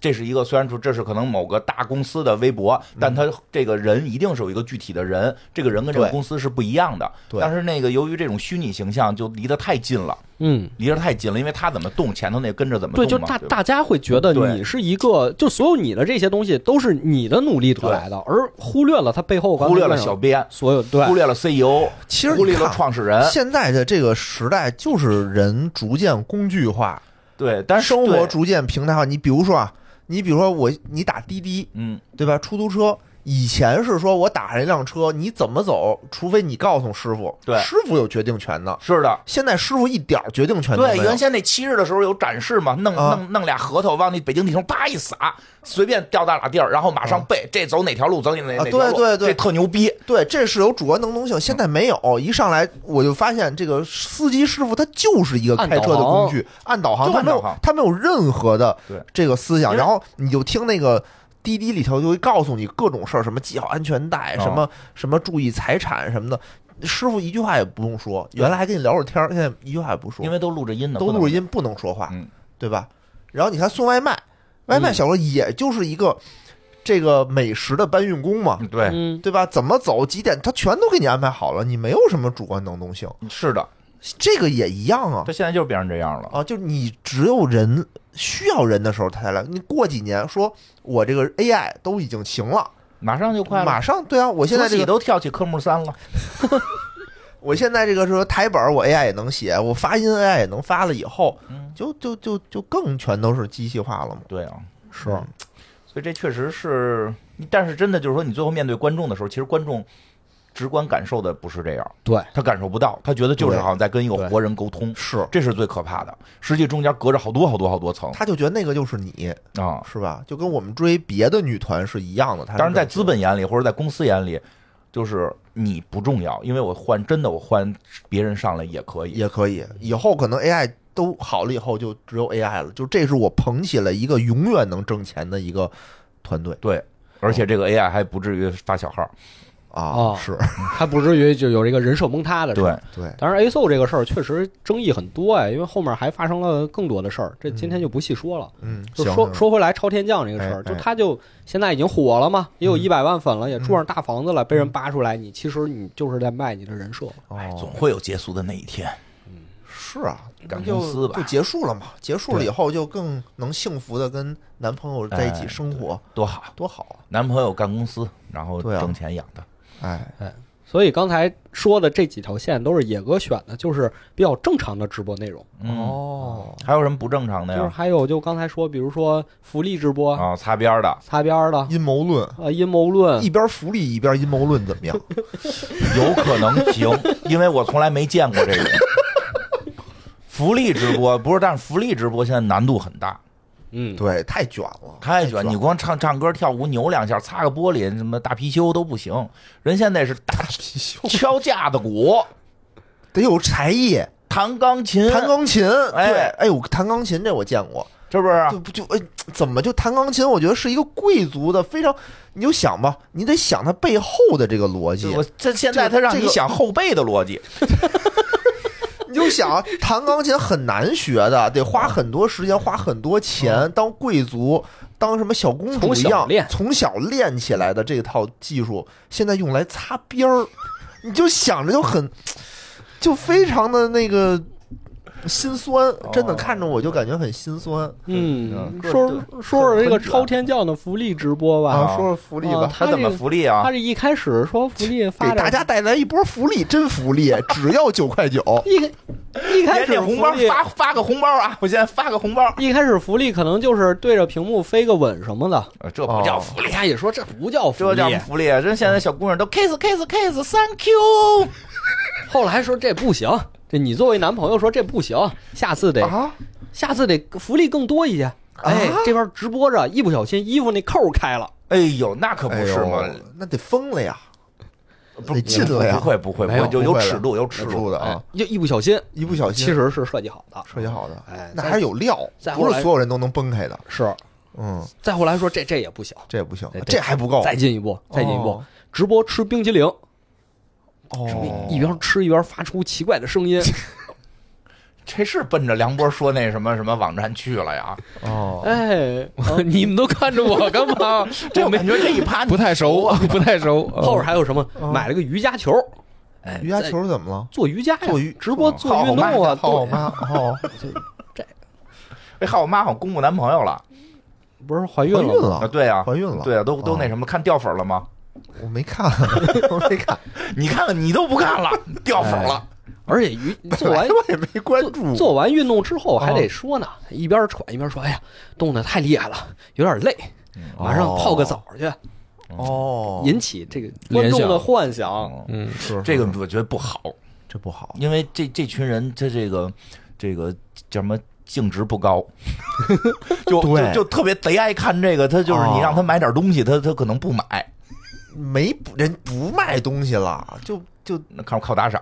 这是一个，虽然说这是可能某个大公司的微博，嗯但他这个人一定是有一个具体的人，这个人跟这个对公司是不一样的。对但是那个由于这种虚拟形象就离得太近了，嗯。离得太近了，因为他怎么动，前头那跟着怎么动对，嘛。就大对吧大家会觉得对你是一个，就所有你的这些东西都是你的努力得来的，而忽略了他背后忽略了小编，所有对忽略了 CEO，其实忽略你了看创始人。现在的这个时代就是人逐渐工具化，对，但是生活对逐渐平台化。你比如说啊，你比如说我，你打滴滴，嗯，对吧？出租车以前是说我打上一辆车，你怎么走，除非你告诉师傅，对师傅有决定权的。是的。现在师傅一点儿决定权都对，没有原。先那七日的时候有展示嘛，弄啊弄弄俩核桃往那北京地图啪一撒，随便掉到哪地儿，然后马上背这走哪条路走哪哪啊哪条路，对对对这特牛逼。对，这是有主观能动性，现在没有。一上来我就发现，这个司机师傅他就是一个开车的工具，按导航，就他按没导航有他没有任何的对这个思想。因为然后你就听那个滴滴里头就会告诉你各种事儿，什么系好安全带，哦什么什么注意财产什么的。师傅一句话也不用说，原来还跟你聊会儿天儿，现在一句话也不说，因为都录着音呢，都不能录着音不能说话，嗯对吧？然后你看送外卖，外卖小哥也就是一个这个美食的搬运工嘛，嗯对，嗯，对吧？怎么走，几点，他全都给你安排好了，你没有什么主观能动性，是的，这个也一样啊他现在就是变成这样了。啊！就是你只有人需要人的时候他才来，你过几年说我这个 AI 都已经行了，马上就快了，马上对啊，我我现在这个都跳起科目三了。我现在这个说台本儿我 AI 也能写，我发音 AI 也能发了，以后嗯就就就就更全都是机器化了嘛。嗯对啊，是所以这确实是，但是真的就是说，你最后面对观众的时候，其实观众直观感受的不是这样，对，他感受不到，他觉得就是对好像在跟一个活人沟通，是，这是最可怕的。实际中间隔着好多好多好多层他就觉得那个就是你，啊。是吧？就跟我们追别的女团是一样的。他是当然，在这么资本眼里或者在公司眼里，就是你不重要，因为我换真的我换别人上来也可以。也可以。以后可能 AI 都好了以后，就只有 AI 了。就这是我捧起了一个永远能挣钱的一个团队对，而且这个 AI 还不至于发小号。啊，哦是还不至于就有这个人设崩塌的事儿。对，对，当然 A SO 这个事儿确实争议很多哎，因为后面还发生了更多的事儿，这今天就不细说了。嗯，就行说说回来，超天将这个事哎儿，就哎他就现在已经火了嘛，也有一百万粉了，也住上嗯大房子了，被人扒出来，你其实你就是在卖你的人设。哎，哦总会有结束的那一天。是啊，赶那就公司吧就结束了嘛。结束了对以后，就更能幸福的跟男朋友在一起生活，多好，多好啊！男朋友干公司，然后对啊挣钱养他。哎，所以刚才说的这几条线都是野哥选的，就是比较正常的直播内容。嗯，哦，还有什么不正常的就是呀？还有就刚才说，比如说福利直播、啊，擦边儿的，擦边儿的、嗯阴谋论，呃阴谋论一，边福利一边阴谋论，怎 么样？有可能行， 因为我从来没见过这个。福利直播不是，但是福利直播现在难度很大，嗯，对，太卷了，太卷！卷你光唱唱歌跳舞扭两下，擦个玻璃，什么大貔貅都不行。人现在是打敲架子鼓、得有才艺，弹钢琴，弹钢琴。哎对，哎呦，弹钢琴这我见过，是啊不是啊就？不就哎，怎么就弹钢琴？我觉得是一个贵族的非常，你就想吧，你得想它背后的这个逻辑就。我这现在他让这你个想后背的逻辑，你就想弹钢琴很难学的，得花很多时间，花很多钱。当贵族，当什么小公主一嗯从小样练，从小练起来的这套技术，现在用来擦边儿，你就想着就很，就非常的那个心酸。真的哦看着我就感觉很心酸。嗯，对说对说说这个很卷超天降的福利直播吧，说说福利啊吧，他他怎么这个福利啊他？这一开始说福利发给展，大家带来一波福利，真福利，只要九块九。一开一开始点点红包福利发发个红包啊！我现在发个红包，一开始福利可能就是对着屏幕飞个吻什么的，呃这不叫福利，大家也说这不叫福这叫利，福利。啊人现在小姑娘都 kiss kiss kiss，thank you。后来说这不行，这你作为男朋友说这不行，下次得啊，下次得福利更多一些。哎，这边直播着，一不小心衣服那扣开了，哎呦，那可不哎是呦嘛，，那得疯了呀，不得进了呀不，会不会，不没有会，就不有会了尺度，有哎吃尺住度的啊，，就一不小心，一不小其心。实是设计好的。设计好的，哎那再还是有料，再后不来是所有人都能崩开的。是，嗯，再后来说这这也不行，这也不行对，对这还不够，再进一步，再进一步哦，直播吃冰淇淋，哦一边吃一边发出奇怪的声 音。这是奔着梁波说那什么什么网站去了呀？哦，哎， 你们都看着我干嘛？这我我没感觉这一趴 不太熟，不太熟。嗯后边还有什么？哦买了个瑜伽球，哎，瑜伽在球怎么了？做瑜伽呀，做瑜直播做运动啊，好我对妈哦，哎，还有妈好像公布男朋友了 不是怀孕怀孕了吗？啊？了，对呀，怀孕了，对呀，都都哦那什么了，看掉粉了吗？我没看， 我没看，你看看你都不看了，哎掉粉了，而 且瑜做完我也没关注，哦做完运动之后还得说呢，一边喘一边说：“哎呀，冻得太厉害了，有点累，嗯马上泡个澡去。哦，引起这个观众的幻想。嗯嗯，是这个是我觉得不好，这不好，因为这这群人他这个这个叫什么净值不高， 就就对就特别贼爱看这个。他就是你哦让他买点东西，他他可能不买，没不人不卖东西了，就就那靠靠打赏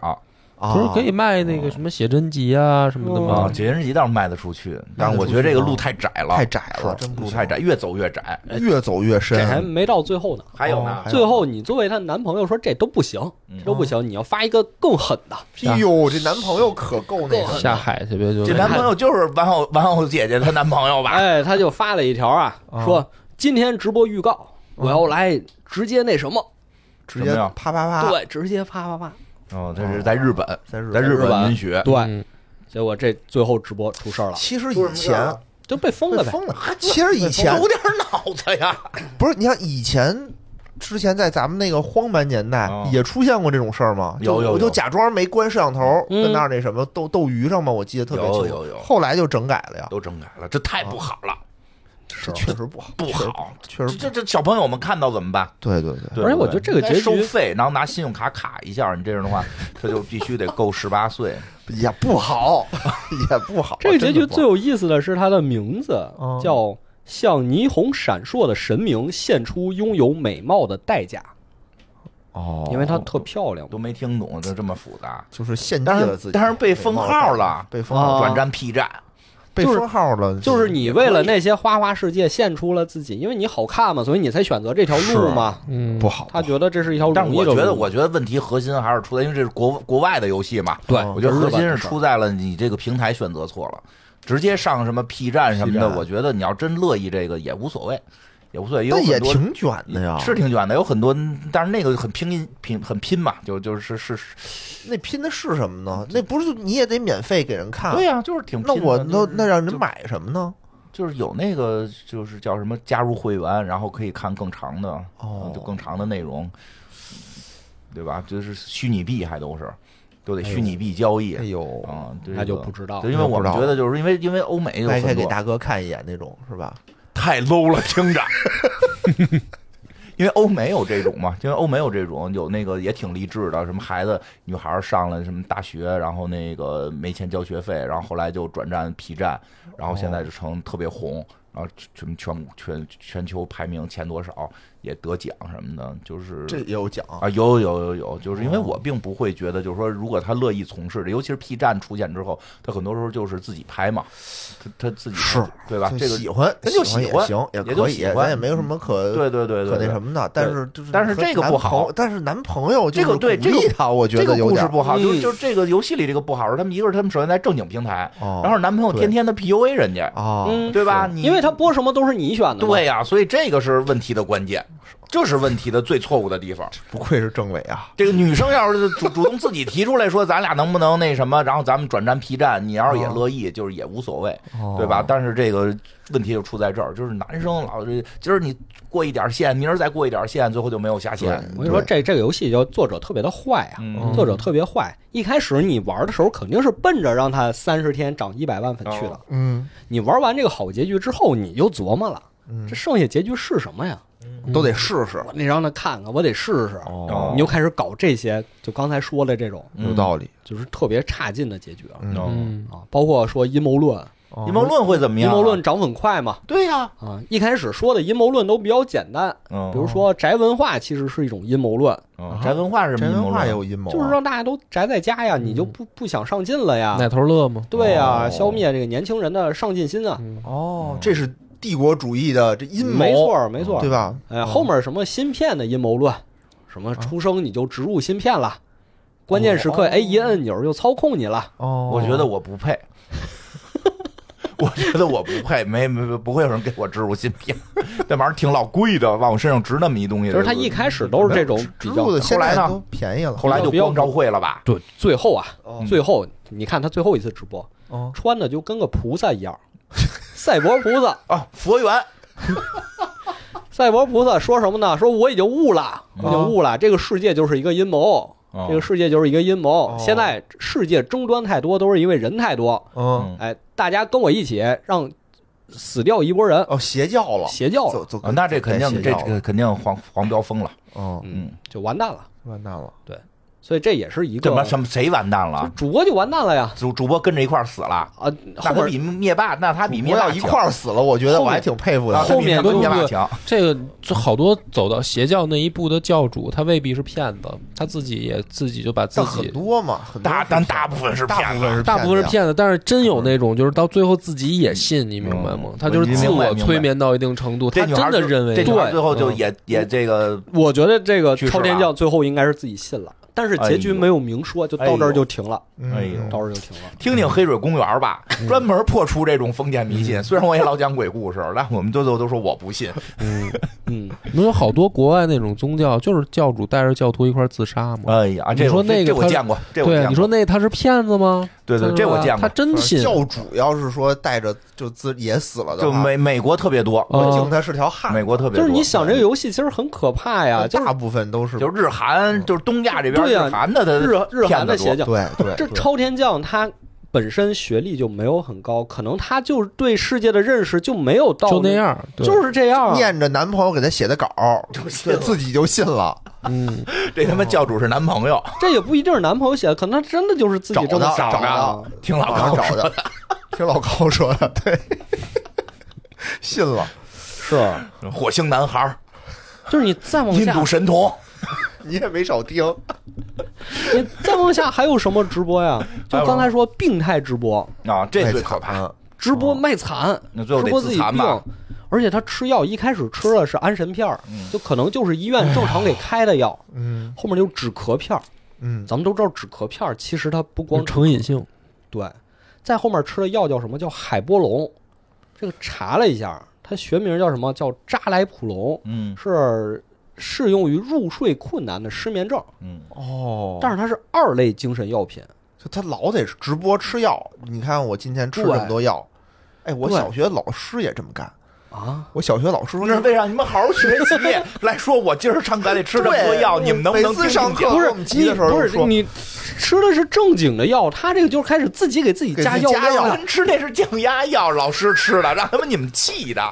啊，不是可以卖那个什么写真集啊什么的啊。吗？嗯解人集倒是卖得出去，但是我觉得这个路太窄了，啊太窄了，是真不路行太窄，，越走越窄。啊越走越这还深，没到最后呢。还有呢哦，最后，你作为她男朋友说这都不行，嗯这都不行，你要发一个更狠的。哎呦，这男朋友可够那够个，下海去呗，就这男朋友就是玩偶玩偶姐姐她男朋友吧？哎，她就发了一条啊，哦说今天直播预告，我嗯要来直接那什么，直接什么呀啪啪啪，对，直接啪啪啪。哦，这是在日本，在日在本日日本允许。对，嗯结果这最后直播出事儿了，其实以前就被封了呗。疯了，啊其实以前有点脑 子呀！不是，你像以前。之前在咱们那个荒蛮年代哦也出现过这种事儿吗？有就有我有就假装没关摄像头，嗯跟那儿那什么斗斗鱼上嘛，我记得特别清楚。有有有后来就整改了呀，都整改了，这太不好了，这确实不好，不好！确实不这这这小朋友们看到怎么办？对对对，对而且我觉得这个应该结收局费，然后拿信用卡卡一下，你这样的话， 他就必须得够十八岁。也不 好，也不好。这个结真局的不好最有意思的是，它的名字嗯叫“向霓虹闪烁的神明献出拥有美貌的代价”。哦因为它特漂亮嘛。都没听懂，都这么复杂。就是献祭但了是自己，但是被封号了，被封号了，啊转战 P 站，被就是封号了，就是你为了那些花花世界献出了自己，因为你好看嘛，所以你才选择这条路嘛。嗯，不好，他觉得啊哦这是一条但是容易我的路。觉得，我觉得问题核心还是出在，因为这是国国外的游戏嘛，对我觉得核心日本的是出在了你这个平台选择错了，直接上什么 P 站什么 P 的，站我觉得你要真乐意这个也无所谓，也无所谓，有但也很多挺卷的呀，是挺卷的，有很多，但是那个很拼拼很拼嘛，就就是是是，那拼的是什么呢？那不是你也得免费给人看？嗯对呀、就是挺啊那拼的。我那就是那让人就买什么呢？就是有那个就是叫什么加入会员，然后可以看更长的，哦就更长的内容，对吧？就是虚拟币还都是，都得虚拟币交易哎呦，啊，这那就个不知道对因为那不我知们道觉得就是因为因为欧美有那可以很给多大哥看一眼那种是吧？太 low 了，听着。 因为欧美有这种嘛，因为欧美有这种，有那个也挺励志的，什么孩子女孩上了什么大学，然后那个没钱交学费，然后后来就转战 P 站，然后现在就成特别红，然后什么全全全球排名前多少，也得奖什么的，就是这也有奖啊，有有有有，就是因哦为我并不会觉得，就是说，如果他乐意从事的，尤其是 P 站出现之后，他很多时候就是自己拍嘛，他他自己是对吧？就这个喜欢，咱就喜欢喜欢也行，也就可以喜，欢嗯咱也没有什么可对对对对，可那对什么的。对但是就是，但是这个不好，但是男朋友就这个是对鼓这个励他，我觉这得个有故事点不好，就是嗯就是这个游戏里这个不好是他们一个是他们首先在正经平台，哦然后男朋友对天天的 PUA 人家，啊，嗯对吧？你因为他播什么都是你选的嘛。对呀、所以这个是问题的关键，这是问题的最错误的地方。不愧是政委啊，这个女生要是主主动自己提出来说，咱俩能不能那什么，然后咱们转战 P 站，你要是也哦乐意，就是也无所谓，哦哦对吧？但是这个问题就出在这儿，就是男生老是今儿你过一点线，明儿再过一点线，最后就没有下线。我跟你说，这这个游戏叫作者特别的坏啊，嗯作者特别坏。一开始你玩的时候肯定是奔着让他三十天涨一百万粉去的，嗯，你玩完这个好结局之后，你就琢磨了，嗯这剩下结局是什么呀？都得试试，我得让他看看，我得试试。哦嗯你就开始搞这些，就刚才说的这种，有道理。就是特别差劲的结局了嗯嗯，啊，包括说阴谋论，哦阴谋论会怎么阴样、啊谋论，涨粉快嘛对呀、啊，一开始说的阴谋论都比较简单，嗯，比如说啊宅文化其实是一种阴谋论，嗯宅文化是什真么阴文谋化论也有阴谋啊，就是让大家都宅在家呀，你就不不想上进了呀，奶头乐吗？对呀，哦消灭这个年轻人的上进心啊，哦，这是帝国主义的这阴谋，没错儿没错儿，对吧？啊呃，后面什么芯片的阴谋论，什么出生你就植入芯片了，关键时刻哎一摁钮就操控你了，哦，我觉得我不配。哦 我觉得我不配，没没没不会有人给我植入芯片，那玩意儿挺老贵的，往我身上植那么一东西。就是他一开始都是这种植比较入的现在后来呢都便宜了，后来就嗯光照会了吧？对，最后啊，哦最后你看他最后一次直播，哦穿的就跟个菩萨一样，赛博菩萨， 啊，佛缘，赛博菩萨说什么呢？说我已经悟了，哦我已经悟了，这个世界就是一个阴谋，哦这个世界就是一个阴谋哦。现在世界争端太多，都是因为人太多，嗯嗯哎，大家跟我一起让死掉一波人，哦邪教了，邪教走了，走啊，那这肯邪定这教了这肯定黄黄标疯了，哦嗯，就完蛋了。完蛋了，所以这也是一个怎么什么谁完蛋了？主播就完蛋了呀。主主播跟着一块儿死了，啊，那后他面比灭霸，那他比灭不要霸一块儿死了，我觉得我还挺佩服强，的。后面后面灭霸就是强，这个这好多走到邪教那一步的教主，他未必是骗子，他自己也自己就把自但己很多嘛，很多大是但骗大部分是骗大部分子是大部分是的骗子，但是真有那种就是到最后自己也信，你明白吗嗯？他就是自我催眠到一定程度，这他女孩真儿的就认为这女孩儿最后就嗯也也这个我觉得这个去世超天了啊将最后应该是自己信了，但是结局没有明说，就到这儿就停了，嗯哎呦到这儿就停了。听听黑水公园吧，专门破除这种封建迷信。虽然我也老讲鬼故事，但我们都都都说我不信。嗯，你有好多国外那种宗教，就是教主带着教徒一块儿自杀嘛。哎呀，这你说我那个这我他见过，这我见对，啊过。你说那他是骗子吗？对对他是吧这我见过他真信。教主要是说带着就自也死了的就话，美美国特别多，嗯我敬他是条汉美子，国特哦就别多。嗯是你想这个游戏其实很可怕呀，就是大部分都是啊就是日韩，就是东亚这嗯边对呀啊日韩的，他日日韩的邪骗教。子对对，这对超天将他本身学历就没有很高，可能他就对世界的认识就没有到就那，样，对就是这样啊。念着男朋友给他写的稿，对自己就信了，嗯，多，这哦他妈教主是男朋友，这也不一定是男朋友写的，可能他真的啊就是自己这么找想的的。听老网高上说找的，听老高说的，对，信了，是，火星男孩儿、就是你再往印下度神童，你也没少听。你再往下还有什么直播呀？就刚才说病态直播，啊，这最可太怕。惨了，直播卖惨，那最后直得播自自己残病吧？，而且他吃药一开始吃的是安神片儿，嗯就可能就是医院正常给开的药，嗯后面有止咳片儿。嗯，咱们都知道止咳片儿其实它不光成瘾性，对，在后面吃的药叫什么？叫海波龙。这个查了一下，它学名叫什么？叫扎来普龙，嗯是适用于入睡困难的失眠症，嗯，哦但是它是二类精神药品。就他老得直播吃药。你看我今天吃这么多药，哎，我对小学老师也这么干。啊，我小学老师说那是为啥你们好好学 习来说？我今儿上课得吃这么多药，对你们能不能每次听上听课不是我们急的时候你不就说是你吃的是正经的药，他这个就开始自己给自己给加自己加量药了，人吃那是降压药，老师吃的，让他们你们气的。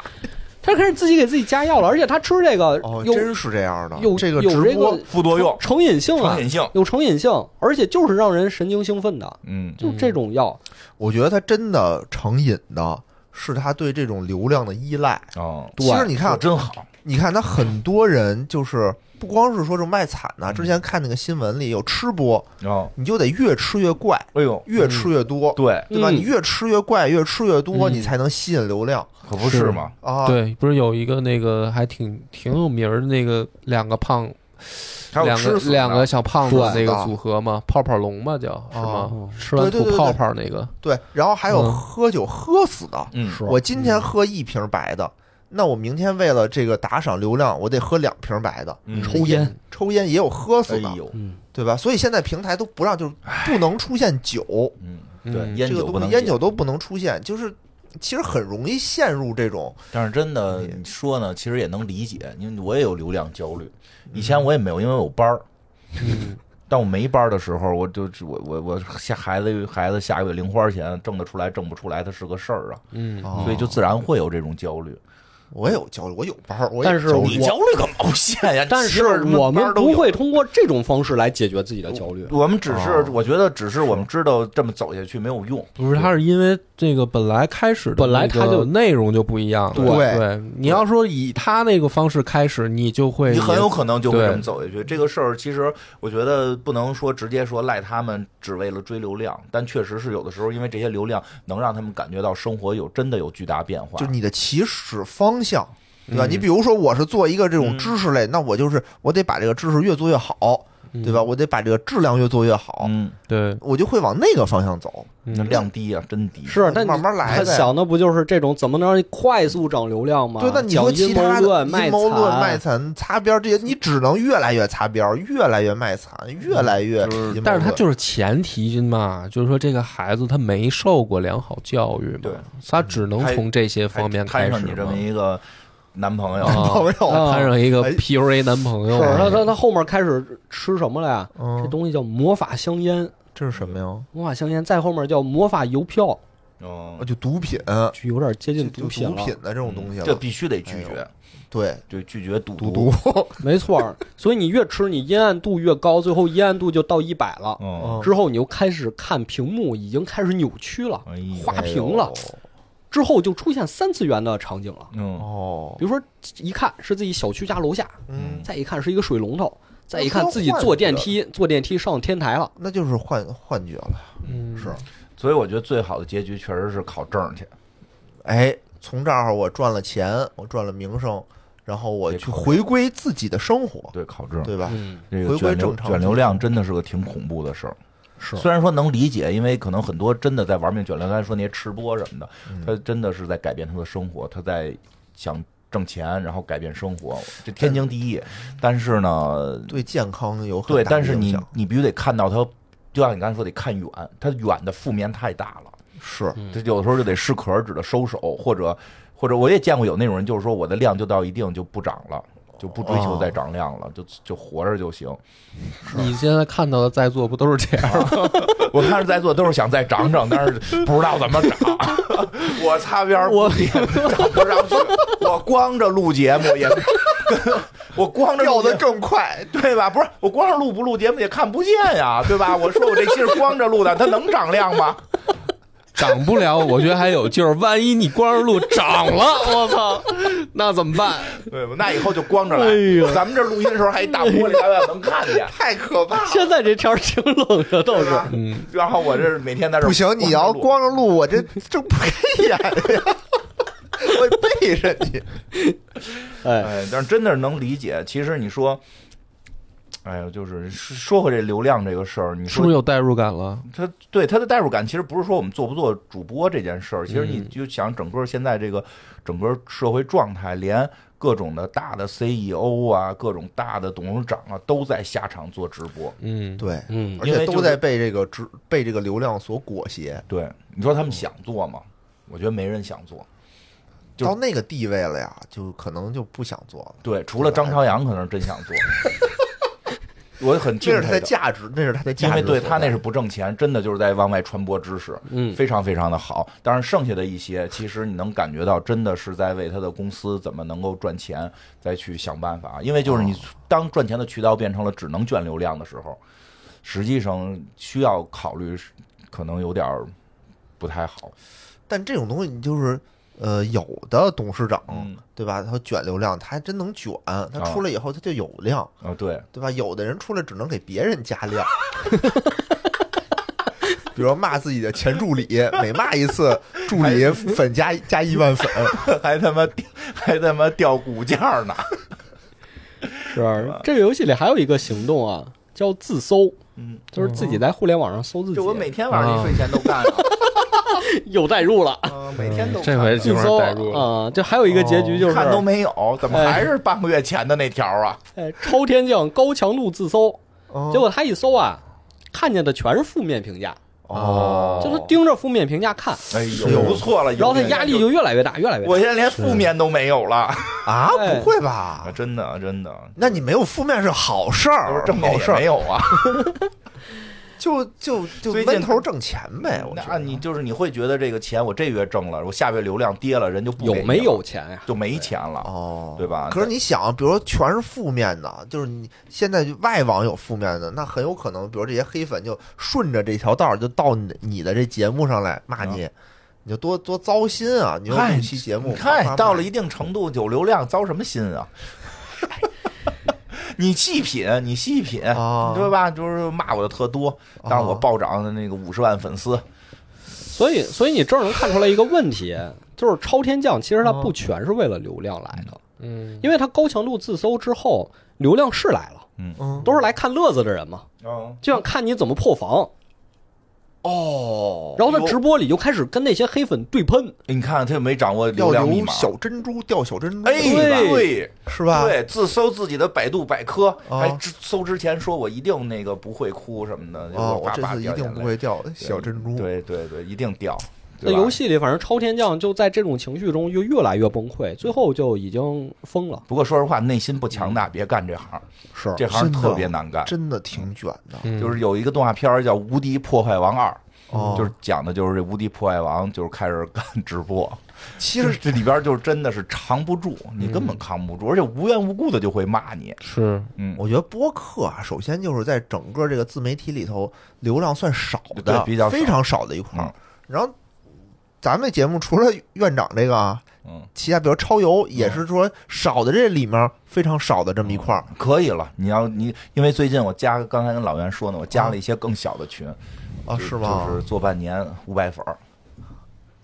他开始自己给自己加药了，而且他吃这个哦，有真是这样的。有这个有直这播个副作用成瘾性啊成，瘾性，有成瘾性，而且就是让人神经兴奋的，嗯，就这种药。我觉得他真的成瘾的是他对这种流量的依赖。哦，其实你看啊说，真好，你看他很多人就是不光是说这卖惨呐、之前看那个新闻里有吃播，哦，你就得越吃越怪，哎呦，越吃越多，对，对吧？嗯你越吃越怪，越吃越多，嗯你才能吸引流量可不是是嘛，啊。，对，不是有一个那个还挺挺有名儿的那个两个胖还有两吃个死的两个小胖子对那个组合嘛，泡泡龙嘛叫是吗哦？吃完对对吐对泡泡那个，对，然后还有嗯喝酒喝死的，嗯，是我今天喝一瓶白的，那我明天为了这个打赏流量，我得喝两瓶白的。嗯抽烟，抽烟也有喝哎死的，呦，嗯，对吧？所以现在平台都不让，就是不能出现酒，嗯，嗯对，这烟个酒不东能西烟戒酒都不能出现，就是其实很容易陷入这种但是真的你说呢，其实也能理解，因为我也有流量焦虑。以前我也没有，因为我有班儿。但我没班儿的时候，我就我我我下孩子孩子下个月零花钱挣得出来挣不出来，它是个事儿啊，嗯，哦所以就自然会有这种焦虑。我也有焦虑，我有班儿，我也但有是焦我虑你焦虑个毛线呀！但你媳妇儿是我班们儿都不有会通过这种方式来解决自己的焦虑。我们只是哦我觉得只是我们知道这么走下去没有用，不是，他是因为这个本来开始的本那来个他就内容就不一样了，对对，你要说以他那个方式开始，你就会你很有可能就会对这么走下去。这个事儿其实我觉得不能说直接说赖他们只为了追流量，但确实是有的时候因为这些流量能让他们感觉到生活有真的有巨大变化。就是你的起始方向，对吧？嗯你比如说，我是做一个这种知识类，那我就是我得把这个知识越做越好，嗯对吧？？我得把这个质量越做越好，嗯，对，我就会往那个方向走。那嗯量低啊，真低。是，但慢慢你来他呗想的不就是这种怎么能让你快速涨流量吗？对，那你说讲其阴谋他的论、阴卖谋论、惨卖惨、擦边儿这些，你只能越来越擦边儿，越来越卖惨，越来越嗯就是阴谋论。但是他就是前提嘛，就是说这个孩子他没受过良好教育嘛对，他只能还从这些还方面摊开上始你这嘛么一个男朋友，啊朋友，摊上一个哎 PUA 男朋是，友嗯啊他嘛，他他后面开始吃什么了呀？这嗯，东嗯西叫魔法香烟，这是什么呀？魔法香烟，再后面叫魔法邮票，嗯啊，，就毒品，就有点接就近毒毒品了。品的这种东西嗯这了。必须得拒哎绝，对，就拒绝赌毒毒毒。。 没错儿，所以你越吃，你阴暗度越高，最后阴暗度就到一百了。啊嗯，之后你又开始看屏幕，已经开始扭曲了，哎呀画屏了。之后就出现三次元的场景了。嗯，哦比，如说，一看是自己小区家楼下，嗯，再一看是一个水龙头，再一那看不自己要换坐电的梯，坐电梯上天台了。那就是幻幻觉了，嗯是。所以我觉得最好的结局确实是考证去。哎，从这儿我赚了钱，我赚了名声，然后我去回归自己的生活，对，考证。对吧？嗯，这个回归卷流正常卷流量真的是个挺恐怖的事儿。是虽然说能理解，因为可能很多真的在玩命卷流量，说那些吃播什么的，嗯他真的是在改变他的生活，他在想挣钱，然后改变生活，这天经地义。但是呢，对健康有很对，大的但是影你响你必须得看到他，就像你刚才说得看远，他远的负面太大了。是这有的时候就得适可而止的收手，或者或者我也见过有那种人，就是说我的量就到一定就不涨了，就不追哦求再涨量了，就就活着就行。你现在看到的在座不都是这样吗？我看着在座都是想再涨涨，但是不知道怎么涨。 我擦边儿，我也涨不上去。我光着录节目也，我光着掉录节的目更快，对吧？不是，我光着录不录节目也看不见呀，对吧？我说我这期是光着录的，它能涨量吗？涨不了，我觉得还有劲儿。万一你光着陆涨 了，我操，那怎么办？对，那以后就光着来。哎呦咱们这录音的时候还一大玻璃，大家能看见。太可怕了。 现在这天儿挺冷的，都是对吧嗯，然后我这每天在这儿不行，你要录光着录，我这这不给演呀，我背着你。哎，哎，但是真的能理解。其实你说，哎呦，就是说说回这流量这个事儿，你是不是说有代入感了？他对他的代入感，其实不是说我们做不做主播这件事儿，其实你嗯就想整个现在这个整个社会状态，连各种的大的 CEO 啊，各种大的董事长啊，都在下场做直播。 嗯，对，嗯而因且为就都是在被这个直被这个流量所裹挟，对，你说他们想做吗？我觉得没人想做。就到那个地位了呀，就可能就不想做了。对，除了张朝阳，可能是真想做。我很这敬是佩他的的价值，那是他的价因值所在。为对他那是不挣钱，真的就是在往外传播知识，嗯非常非常的好。当然，剩下的一些，其实你能感觉到，真的是在为他的公司怎么能够赚钱，再去想办法。啊因为就是你当赚钱的渠道变成了只能卷流量的时候，实际上需要考虑是可能有点儿不太好。但这种东西你就是。呃，有的董事长、嗯对吧？他卷流量，他还真能卷。他啊出来以后，他就有量，啊，对，对吧？有的人出来只能给别人加量， 比如骂自己的前助理，每骂一次，助理粉加加一万粉。 还他妈还他妈掉骨架呢。是这个游戏里还有一个行动啊，叫自搜，嗯，就是自己在互联网上搜自己 就，我每天晚上临睡前都干了， 有代入了，啊每天都这回干基自本上搜代入了。啊，这还有一个结局就是哦看都没有，怎么还是半个月前的那条啊？哎，超天降高强度自搜，哦结果他一搜啊，看见的全是负面评价，哦就是盯着负面评价看，哎呦，不错了，然后他压力有点就越来越大，越来越就大我。现在连负面都没有了，啊啊，哎不会吧？真的真的，那你没有负面是好事要儿是，正面好也事儿没，有啊。就就就最近闷头挣钱呗。哎我觉那啊得你就是你会觉得这个钱我这月挣了，我下月流量跌了，人就不有给你没有了钱呀？就没钱了，哦，对吧？可是你想，比如说全是负面的，就是你现在外网有负面的，那很有可能，比如这些黑粉就顺着这条道儿就到你你的这节目上来啊骂你，你就多多糟心啊！你你有看一期节目，你看啪到了一定程度有流量，糟什么心 啊？你细品，你细品，哦对吧？就是骂我的特多，但是我暴涨的那个五十万粉丝，所以，所以你这儿能看出来一个问题，就是超天降其实它不全是为了流量来的，嗯，因为它高强度自搜之后，流量是来了，嗯都是来看乐子的人嘛，嗯，就想看你怎么破防。哦，然后他直播里就开始跟那些黑粉对喷，你看他又没掌握流要量密留码，小珍珠，掉小珍珠，哎，对是吧？对，自搜自己的百度百科，啊还之搜之前说我一定那个不会哭什么的，就是哦，我叭这叭次一掉定眼不泪会掉小珍珠。对对对，一定掉。那对吧游，戏里反正超天降就在这种情绪中就越来越崩溃，最后就已经疯了。不过说实话，内心不强大，别干这行，是这嗯行真的特别难嗯干。真的挺卷的。就是有一个动画片儿叫《无敌破坏王二》，哦，就是讲的就是这无敌破坏王，就是开始干直播。其其实实嗯 这里边就是真的是扛不住，你根本扛不住，而且无缘无故的就会骂你。是嗯，我觉得播客啊，首先就是在整个这个自媒体里头，流量算少的，对比较少非常少的一块儿嗯。然后咱们节目除了院长这个啊，嗯，其他比如超游也是说少的这里面非常少的这么一块儿。可以了。你要你，因为最近我加，刚才跟老袁说呢，我加了一些更小的群，啊，就是吗？就是做半年五百粉儿，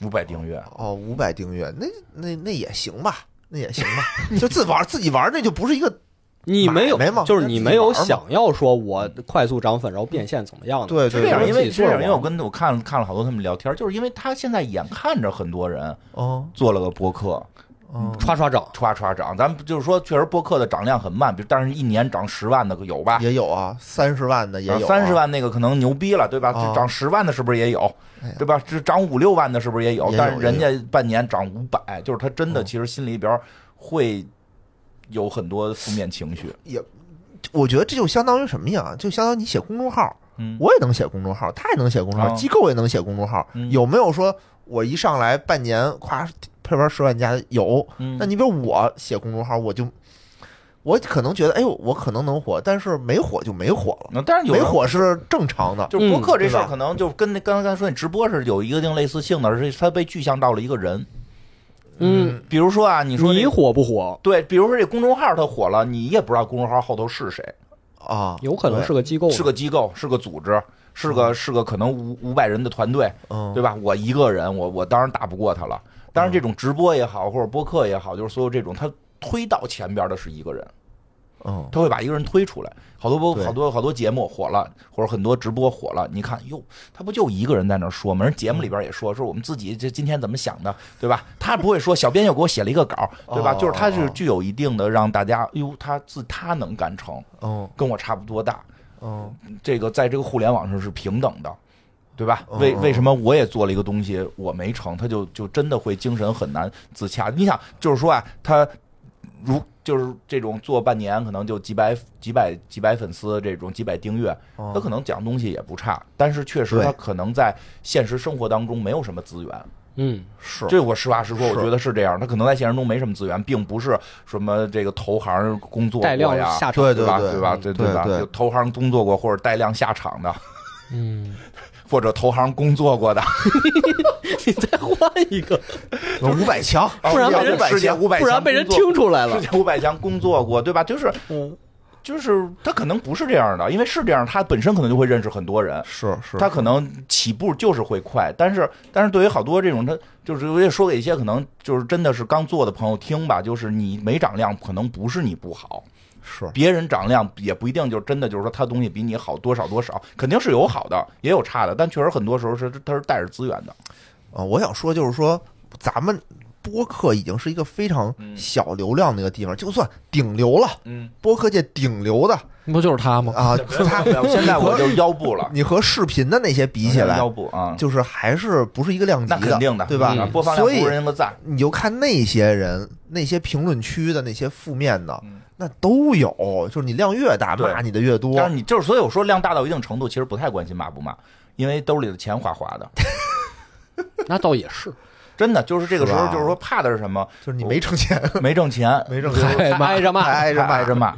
五百订阅。哦，五百订阅，那那那也行吧，那也行 吧，就自玩自己玩，那就不是一个你没有买卖嘛，就是你没有自己玩想要说我快速涨粉然后变现怎么样的？对这对样，对因自为己这做样，因为我网跟我看看了好多他们聊天，就是因为他现在眼看着很多人哦做了个播客，哦刷刷涨，歘歘涨。咱们就是说，确实播客的涨量很慢，比如但是一年涨十万的有吧？也有啊，三十万的也有啊三十，万那个可能牛逼了，对吧？啊这涨十万的是不是也有哎呀？对吧？这涨五六万的是不是也有也？有嗯但是人家半年涨五百，就是他真的其实心里边会有很多负面情绪。我觉得这就相当于什么呀？就相当于你写公众号，嗯，我也能写公众号，他也能写公众号，啊机构也能写公众号。嗯有没有说我一上来半年夸配文十万加的有？嗯那你比如我写公众号，我就我可能觉得，哎呦，我可能能火，但是没火就没火了，那但是有没人火是正常的。就是播客这嗯事儿，对吧可能就跟那刚才说你直播是有一定类似性的，而且它被具象到了一个人。嗯，比如说啊，你说这你火不火？对，比如说这公众号它火了，你也不知道公众号后头是谁，啊，有可能对是个机构，是个机构，是个组织，是哦个是个可能五五百人的团队，嗯，对吧？我一个人，我我当然打不过他了。当然，这种直播也好，或者播客也好，就是所有这种，他推到前边的是一个人，嗯，他会把一个人推出来。好多播，对好多好多节目火了，或者很多直播火了，你看，哟，他不就一个人在那儿说吗？人节目里边也说，说我们自己这今天怎么想的，对吧？他不会说，小编又给我写了一个稿，对吧？哦就是他是哦具有一定的让大家，哟，他自他能干成，嗯，跟我差不多大，嗯，这个在这个互联网上是平等的，对吧？嗯为嗯为什么我也做了一个东西，我没成，他就就真的会精神很难自洽。你想，就是说啊，他如就是这种做半年，可能就几百几百几百粉丝，这种几百订阅，嗯他可能讲东西也不差，但是确实对他可能在现实生活当中没有什么资源。嗯，是这我实话实说，我是觉得是这样。他可能在现实中没什么资源，并不是什么这个投行工作过带量呀，下场，对对吧？对对吧？对对吧？对就投行工作过或者带量下场的，嗯，或者投行工作 过的， 你再换一个，五 百强，哦不然被人五百世界强，五百，不然被人听出来了世。界五百强工作过，对吧？就是嗯，就是他可能不是这样的，因为是这样，他本身可能就会认识很多人。是是，他可能起步就是会快，但是但是对于好多这种他就是我也说给一些可能就是真的是刚做的朋友听吧，就是你没涨量，可能不是你不好，是别人涨量也不一定就真的就是说他东西比你好多少多少，肯定是有好的，也有差的，但确实很多时候是他是带着资源的。啊，我想说就是说，咱们播客已经是一个非常嗯小流量的一个地方，就算顶流了，嗯，播客界顶流的那不就是他吗？啊，他现在我就腰部了，你和视频的那些比起来腰，部啊，就是还是不是一个量级那肯定对吧？嗯嗯播放量所以不如人家个赞，你就看那些人，那些评论区的那些负面的嗯，那都有，就是你量越大，对骂你的越多但。是你就是所以我说量大到一定程度，其实不太关心骂不骂，因为兜里的钱哗哗的，那倒也是，真的就是这个时是候吧就是说怕的是什么？就是你没挣钱，没挣钱，没挣嗨钱，挨骂挨着骂， 挨着挨骂着骂，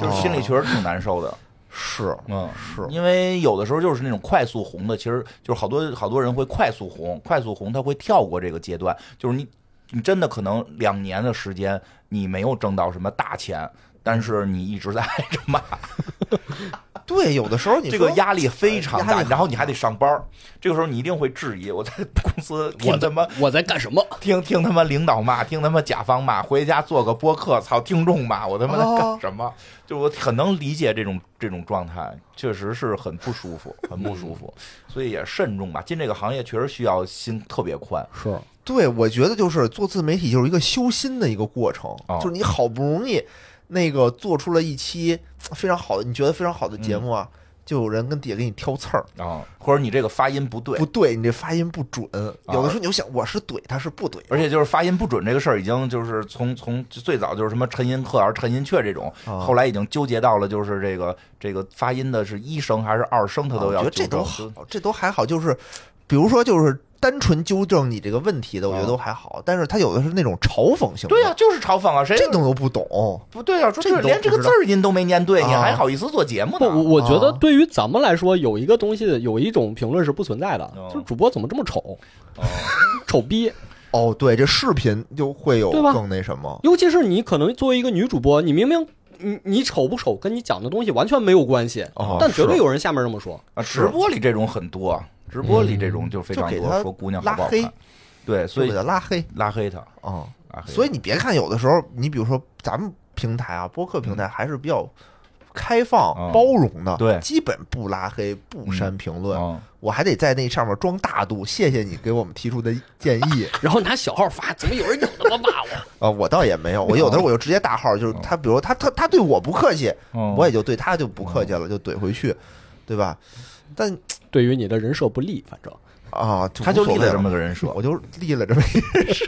就是心 里哦确实挺难受的。是嗯，是，因为有的时候就是那种快速红的，其实就是好多好多人会快速红，快速红他会跳过这个阶段，就是你你真的可能两年的时间你没有挣到什么大钱，但是你一直在挨着骂，对，有的时候你这个说呃压力非常压力大，很大然后你还得上班儿，这个时候你一定会质疑我在公司我听在他妈。我在干什么？听听他妈领导骂，听他妈甲方骂，回家做个播客，操听众骂，我他妈在哦干什么？就我很能理解这种这种状态，确实是很不舒服，很不舒嗯服， 所以也慎重吧。进这个行业确实需要心特别宽，是，对，我觉得就是做自媒体就是一个修心的一个过程，哦就是你好不容易那个做出了一期非常好的，你觉得非常好的节目啊，嗯就有人跟底下给你挑刺儿，啊，或者你这个发音不对哦不，对，你这发音不准。有的时候你就想，我是怼他是不怼，而且就是发音不准这个事儿，已经就是从从最早就是什么陈寅恪还是陈寅恪这种，啊哦后来已经纠结到了就是这个这个发音的是一声还是二声，他啊都要我觉得纠这正都好，这都还好。就是比如说，就是单纯纠正你这个问题的，我觉得啊都还好。但是他有的是那种嘲讽性的，对呀、就是嘲讽啊，谁这种都不懂。不对啊，说这这你都连这个不字知道儿音都没念对，你啊还好意思做节目不，我呢？我觉得啊对于咱们来说，有一个东西，有一种评论是不存在的哦，就是主播怎么这么丑，哦丑逼。哦，对，这视频就会有对吧更那什么。尤其是你可能作为一个女主播，你明明你你丑不丑跟你讲的东西完全没有关系，哦但绝对是有人下面这么说。啊，直播里这种很多，啊直播里这种就非常嗯就给多，他说姑娘好不好拉看黑，对，所以就给他拉黑拉黑他，啊。拉黑他。所以你别看有的时候，你比如说咱们平台啊，播客平台还是比较开放、嗯包容的，对基本不拉黑、不删评论，嗯我还得在那上面装大度。谢谢你给我们提出的建 议然后拿小号发，怎么有人有那么 骂我？啊，我倒也没有，我有的时候我就直接大号，就是嗯他，比如他他他对我不客气，嗯我也就对他就不客气哦了，就怼回去，对吧？但对于你的人设不利，反正啊，他就无所立谓了了这么个人设，嗯我就立了这么一个人设。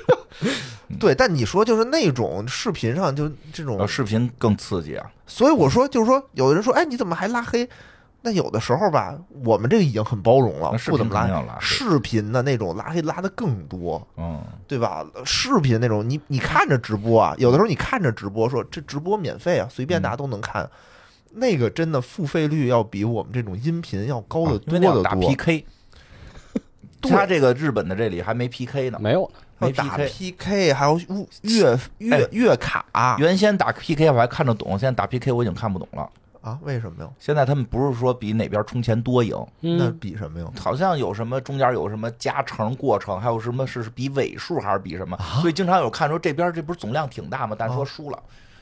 对，但你说就是那种视频上就这种呃视频更刺激啊，嗯所以我说，就是说，有的人说，哎，你怎么还拉黑？那有的时候吧，我们这个已经很包容了那，视不频怎肯么定拉要拉，视频的那种拉黑拉的更多，嗯，对吧？视频那种，你你看着直播啊，有的时候你看着直播说这直播免费啊，随便嗯大家都能看，那个真的付费率要比我们这种音频要高啊的多得因为那多。要 打 PK，对嗯他这个日本的这里还没 PK 呢，没有要呢，没哎打 PK。 PK，还有月月月卡啊？原先打 PK 我还看得懂，现在打 PK 我已经看不懂了。啊为什么呀？现在他们不是说比哪边充钱多赢，那嗯，比什么呀？好像有什么中间有什么加成、过程，还有什么是是比尾数还是比什么，啊所以经常有看说这边这不是总量挺大吗？但是说输了，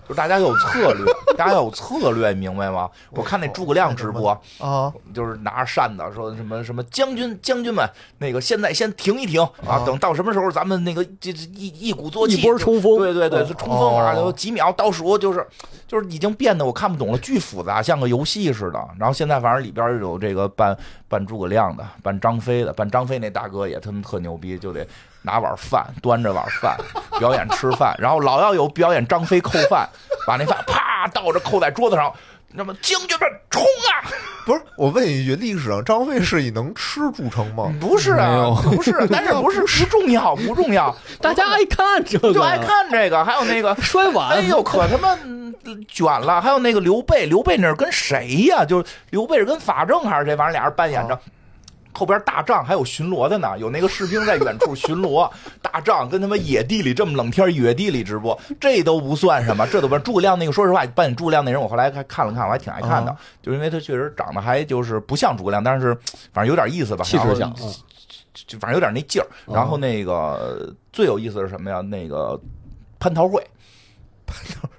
就是大家有策 略，大家有策略，明白吗？我看那诸葛亮直播，哎啊，就是拿着扇子说什么什么将军将军们，那个现在先停一停啊，等到什么时候咱们那个这这一一鼓作气一波冲锋对对对，哦就冲锋啊，哦有几秒倒数，就是就是已经变得我看不懂了，巨复杂，像个游戏似的。然后现在反正里边有这个扮扮诸葛亮的，扮张飞的，扮张飞那大哥也他妈特牛逼，就得拿碗饭端着碗饭表演吃饭，然后老要有表演张飞扣饭，把那饭啪倒着扣在桌子上。那么将军们冲啊！不是，我问一句，历史上张飞是以能吃著称吗？不是没有啊，不是，但是不是不重要，不重要，大家爱看这个，。就爱看这个，还有那个摔碗，哎 呦，可他妈嗯卷了！还有那个刘备，刘备那是跟谁呀、就是刘备是跟法正还是谁？反正俩人扮演哦着啊，后边大帐还有巡逻的呢，有那个士兵在远处巡逻。 大帐跟他妈野地里这么冷天儿野地里直播，这都不算什么，这都不算。诸葛亮那个，说实话，扮演诸葛亮那人，我后来还看了看，我还挺爱看哦的啊，就因为他确实长得还就是不像诸葛亮，但是反正有点意思吧，气然后势小，嗯就反正有点那劲儿。哦然后那个呃最有意思的是什么呀？那个蟠桃会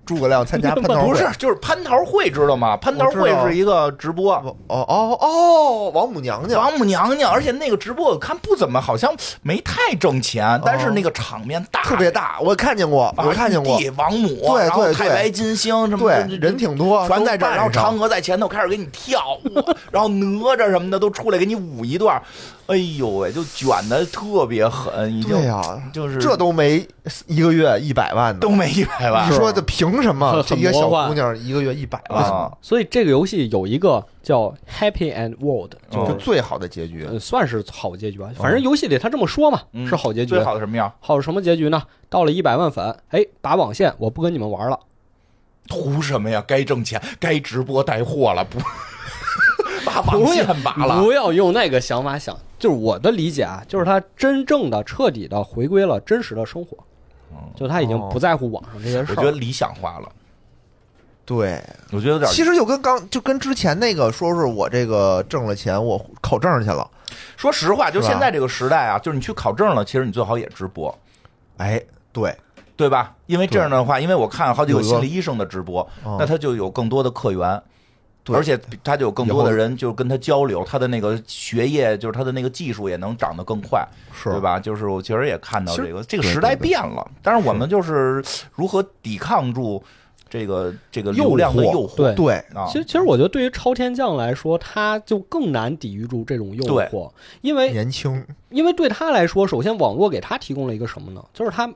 诸葛亮参 加蟠桃会不是，就是蟠桃会，知道吗？蟠桃我会知道是一个直播。哦哦哦，王母娘娘王母娘娘，而且那个直播我看不怎么，好像没太挣钱，但是那个场面大，哦特别，大，我看见过，我看见过，啊地王母，对然后对太对白金星什么的，对，人挺多，全在这儿，都然后扮上嫦娥在前头开始给你跳舞，然后哪吒什么的都出来给你舞一段，哎呦喂，就卷的特别狠，已经对呀、就是这都没一个月一百万呢都。没一百万你说这凭什么很这一个很小魔幻姑娘一个月一百万，啊！所以这个游戏有一个叫 Happy and World，就啊哦就是最好的结局呃算是好结局吧。反正游戏里他这么说嘛，嗯是好结局最。好的什么样？好什么结局呢？到了一百万粉，哎，拔网线，我不跟你们玩了。图什么呀？该挣钱，该直播带货了， 不把网不线要拔了。不要用那个想法想，就是我的理解啊，就是他真正的、彻底的回归了真实的生活，哦就他已经不在乎网上这些我事觉得儿。理想化了，对，我觉得有点。其实就跟刚就跟之前那个说是我这个挣了钱，我考证去了，说实话，就是吧现在这个时代啊，就是你去考证了，其实你最好也直播，哎，对，对吧？因为这样的话，因为我看好几个心理医生的直播，嗯那他就有更多的客源。对而且他就有更多的人就跟他交流，他的那个学业就是他的那个技术也能长得更快，是对？吧？就是我其实也看到其实这个这个对时代对对变了，但是我们就是如何抵抗住这个这个诱流量的惑诱惑对，对，啊。其实其实我觉得对于超天将来说，他就更难抵御住这种诱对惑，因为年轻，因为对他来说，首先网络给他提供了一个什么呢？就是他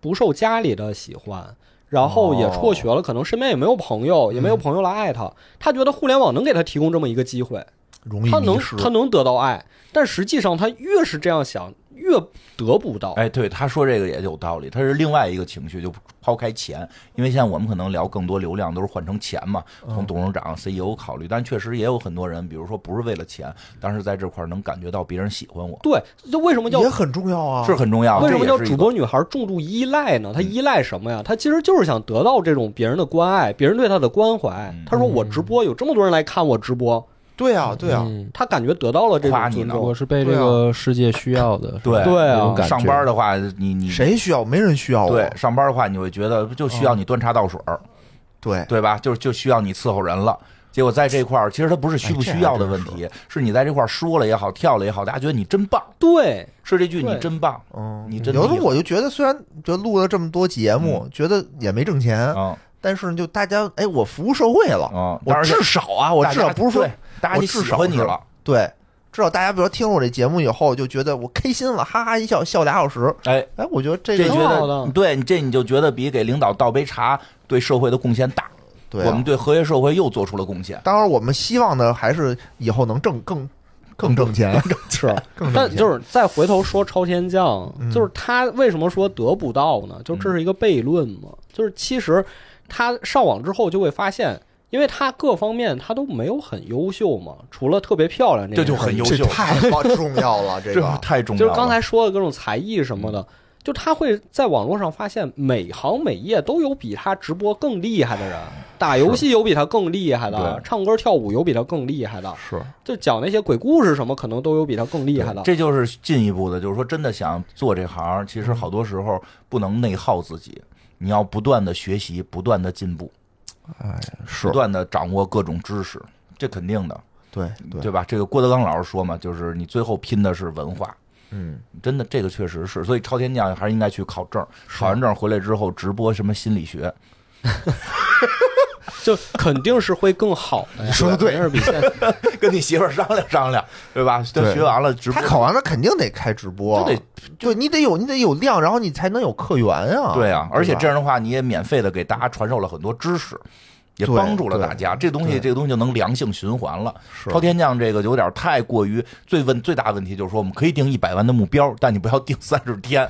不受家里的喜欢，然后也辍学哦了，可能身边也没有朋友，也没有嗯朋友来爱他。他觉得互联网能给他提供这么一个机会，容易他能迷失。他能得到爱，但实际上他越是这样想，越得不到。哎，对，他说这个也有道理，他是另外一个情绪，就抛开钱，因为现在我们可能聊更多流量都是换成钱嘛，从董事长、CEO 考虑，但确实也有很多人，比如说不是为了钱，但是在这块儿能感觉到别人喜欢我，对，就为什么叫也很重要啊，是很重要。为什么这叫也是一主个嗯播女孩重度依赖呢？她依赖什么呀？她其实就是想得到这种别人的关爱，别人对她的关怀嗯。她说我直播有这么多人来看我直播，对啊，对啊，嗯她感觉得到了这夸种你尊呢重我。是被这个世界需要的，对对啊那种感觉上班的话，你你谁需要？没人需要我，对上班的话，你会觉得就需要你端茶倒水儿，对对吧？就就需要你伺候人了。结果在这块儿，其实它不是哎需不需要的问题，是你在这块儿说了也好，跳了也好，大家觉得你真棒， 对，是这句你对真棒，嗯，你真有厉的害我就觉得，虽然就录了这么多节目，觉得也没挣钱，嗯但是就大家哎，我服务社会了，嗯，我当然是至少啊，我大至家少不是说对大家我就至喜少欢你是了，对，至少大家比如说听我这节目以后，就觉得我开心了，哈哈一笑笑俩小时，哎，哎，我觉得这这个觉挺好的得对你这你就觉得比给领导倒杯茶对社会的贡献大，对啊我们对和谐社会又做出了贡献。当然，我们希望呢，还是以后能挣更更挣钱，是，嗯更挣但钱。就是再回头说超天降嗯，就是他为什么说得不到呢？就这是一个悖论嘛。就是其实他上网之后就会发现，因为他各方面他都没有很优秀嘛，除了特别漂亮这件事这就儿，很优这秀，太重要了，这 这个太重要就了。嗯是刚才说的各种才艺什么的，就他会在网络上发现每行每业都有比他直播更厉害的人，打游戏有比他更厉害的嗯对，唱歌跳舞有比他更厉害的，是就讲那些鬼故事什么，可能都有比他更厉害的。这就是进一步的，就是说真的想做这行，其嗯实好多时候不能内耗自己，你要不断的学习，不断的进步，哎是不，断的掌握各种知识，这肯定的，对对，对吧？这个郭德纲老师说嘛，就是你最后拼的是文化，嗯，真的这个确实是，所以超天将还是应该去考证，考完证回来之后直播什么心理学，就肯定是会更好 的呀。哎说得对肯定是比现在跟你媳妇儿商量商量，对吧？对这学完了直播他考完了肯定得开直播，都得对你得有你得有量，然后你才能有客源啊。对啊，而且吧这样的话，你也免费的给大家传授了很多知识，也对帮助了对大家。这东西，对这个东西就能良性循环了。是超天降这个有点太过于最问最大问题就是说，我们可以定一百万的目标，但你不要定三十 天，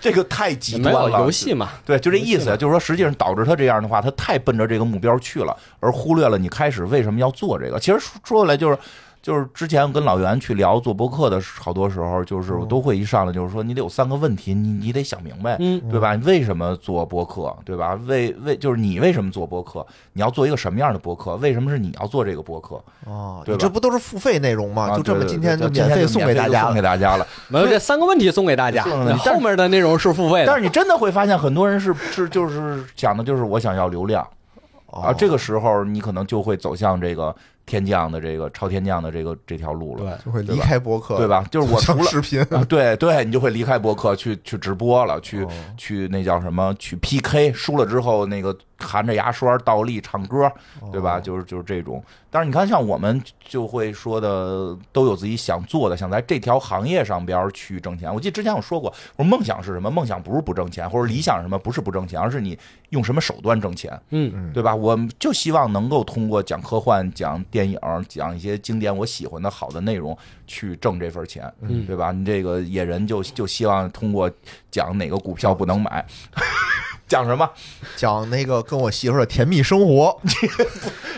这个太极也没端有了。游戏 嘛，对，就这意游戏思，嘛就是说，实际上导致他这样的话，他太奔着这个目标去了，而忽略了你开始为什么要做这个。其实说说回来就是。就是之前跟老袁去聊做博客的时候，好多时候就是嗯我都会一上来就是说你得有三个问题，你你得想明白，嗯，对吧？为什么做播客，对吧？为为就是你为什么做播客？你要做一个什么样的播客？为什么是你要做这个播客？哦，对你吧这不都是付费内容吗？啊就这么对对今天就对对今免费天就送给大免费家送了给。大 家了。没有这三个问题送给大家，送了你但后是面的内容是付费嗯但的。是你真的会发现，很多人是是就是想的就是我想要流量啊。哦这个时候你可能就会走向这个天降的这个超天降的这个这条路了，对，就会对离吧开博客，对？吧？就是我除上了视频， 啊，对对，你就会离开博客去去直播了，去、哦去那叫什么？去 PK，输了之后那个含着牙刷倒立唱歌，哦对吧？就是就是这种。但是你看，像我们就会说的，都有自己想做的，想在这条行业上边儿去挣钱。我记得之前我说过，我说梦想是什么？梦想不是不挣钱，或者理想是什么？不是不挣钱，而是你用什么手段挣钱。嗯，嗯，对吧？我就希望能够通过讲科幻、讲电影、讲一些经典我喜欢的好的内容去挣这份钱，嗯对吧？你这个野人就就希望通过讲哪个股票不能买， 讲什么？讲那个跟我媳妇儿的甜蜜生活，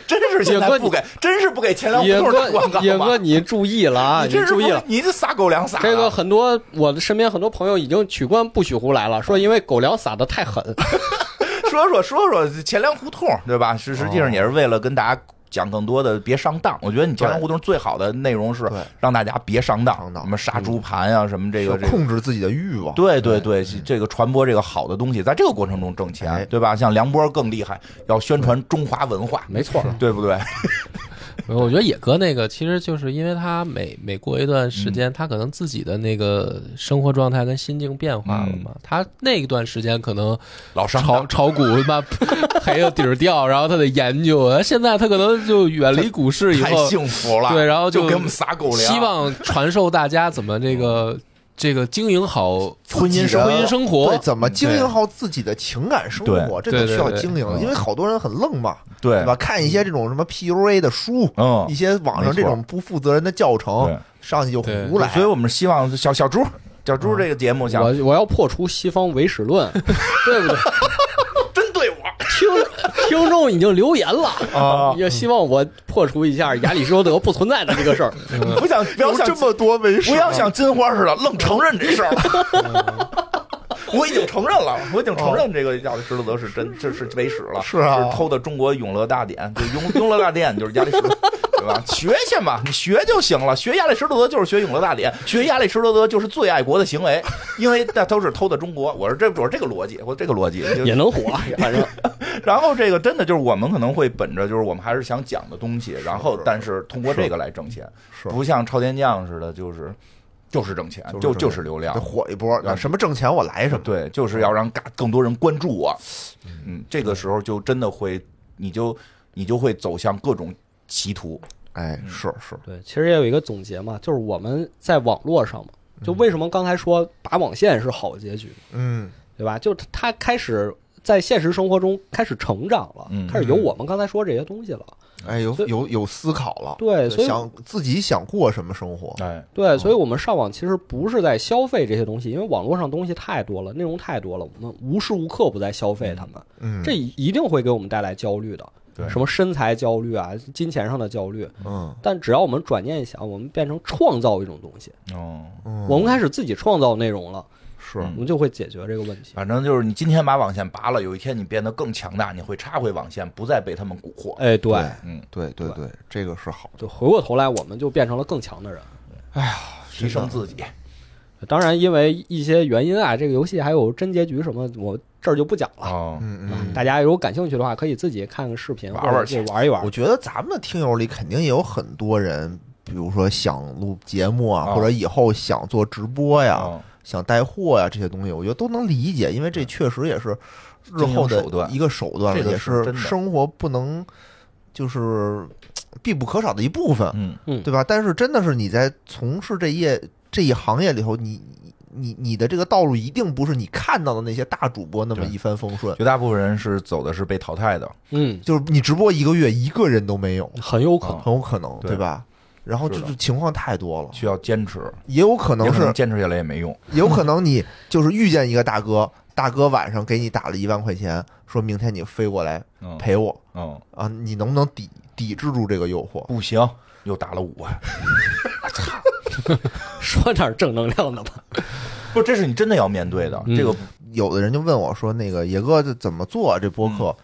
真是现野哥你在不给，真嗯是不给钱粮野胡同打广告哥，野哥，吗？你注意了啊，你你真是注不意了。你这撒狗粮撒的啊这个很多，我的身边很多朋友已经取关不许胡来了，说因为狗粮撒的太狠。说说说说钱粮胡同，对吧？是实际哦上也是为了跟大家。讲更多的别上当，我觉得你钱粮胡同最好的内容是对让大家别上当，上当什么嗯杀猪盘呀、什么这个要这个控制自己的欲望。对对对，这个传播这个好的东西，在这个过程中挣哎钱，对吧？像梁波更厉害，要宣传中华文化，没错，对不对？ 我觉得野哥那个其实就是因为他每每过一段时间，他可能自己的那个生活状态跟心境变化了嘛。他那一段时间可能老上炒当，炒股 嘛，赔个底儿掉，然后他得研究。呃现在他可能就远离股市以太后，幸福了，对然后就就给我们撒狗粮，哦希望传授大家怎么这个这个经营好婚自姻己生的婚姻生活对，。怎么经营好自己的情感生活，这对都需要对对对经营的，嗯因为好多人很愣嘛，对对吧？？看一些这种什么 PUA 的书，嗯一，些网上这种不负责任的教程，上去就胡来所以。我们希望小小猪，小嗯猪这个节目想我我要破除西方唯史论，对不对？针对我，听听众已经留言了啊，也希望我破除一下亚里士多德不存在的这个事儿。 不想不要有想这么多为啊不要像金花似的愣承认这事 儿。我已经承认了，我已经承认这个亚里士多德是真，这是伪史了，哦是啊是偷的中国永乐大典，就永永乐大典就是亚里士多德， 对吧？学去嘛，你学就行了，学亚里士多德就是学永乐大典，学亚里士多德就是最爱国的行为，因为那都是偷的中国。我是这，我是这个逻辑，我这个逻辑就也能火，反正然后这个真的就是我们可能会本着就是我们还是想讲的东西，然后但是通过这个来挣钱，是不像超天将似的，就是就是挣钱，就是挣就钱就是流量得，火一波，那什么挣钱我来什么。对，就是要让嘎更多人关注我。嗯，这个时候就真的会，你就你就会走向各种歧途。哎，是是，对，其实也有一个总结嘛，就是我们在网络上嘛，就为什么刚才说拔网线是好结局，嗯，对吧？就他开始在现实生活中开始成长了，嗯开始有我们刚才说这些东西了。哎，有所以有有思考了，对所以想自己想过什么生活，哎，嗯对，所以我们上网其实不是在消费这些东西，因为网络上东西太多了，内容太多了，我们无时无刻不在消费它们，嗯，这一定会给我们带来焦虑的。对什么身材焦虑啊，金钱上的焦虑。嗯，但只要我们转念一想，我们变成创造一种东西，哦，嗯我们开始自己创造内容了，是我们就会解决这个问哎题。反正就是你今天把网线拔了，有一天你变得更强大，你会插回网线，不再被他们蛊啊惑。哎，对，嗯，对对对，这个是好，就回过头来，我们就变成了更强的人。提升自己。当然，因为一些原因啊，这个游戏还有真结局什么，我这儿就不讲了。哦，嗯嗯。嗯大家如果感兴趣的话，可以自己看个视频，玩玩或者就玩一玩我。觉得咱们的听友里肯定也有很多人，比如说想录节目啊，啊或者以后想做直播呀，哦想带货呀这些东西，我觉得都能理解，因为这确实也是日后经营的手段一个手段，这个也是真的生活不能就是嘖必不可少的一部分，嗯，对吧？但是真的是你在从事这业这一行业里头，你你你的这个道路一定不是你看到的那些大主播那么对一帆风顺，绝大部分人是走的是被淘汰哦的。嗯，就是你直播一个月一个人都没有，很有可能。啊很有可能，对对吧？然后就是的就情况太多了，需要坚持，也有可能也可是能，坚持下来也没用。也有可能你就是遇见一个大哥，大哥晚上给你打了一万块钱，说明天你飞过来嗯，陪我嗯，啊，你能不能抵抵制住这个诱惑？不行，又打了五万。说点正能 量的吧。不，这是你真的要面对的。嗯这个有的人就问我说，那个野哥这怎么做啊、这播客？嗯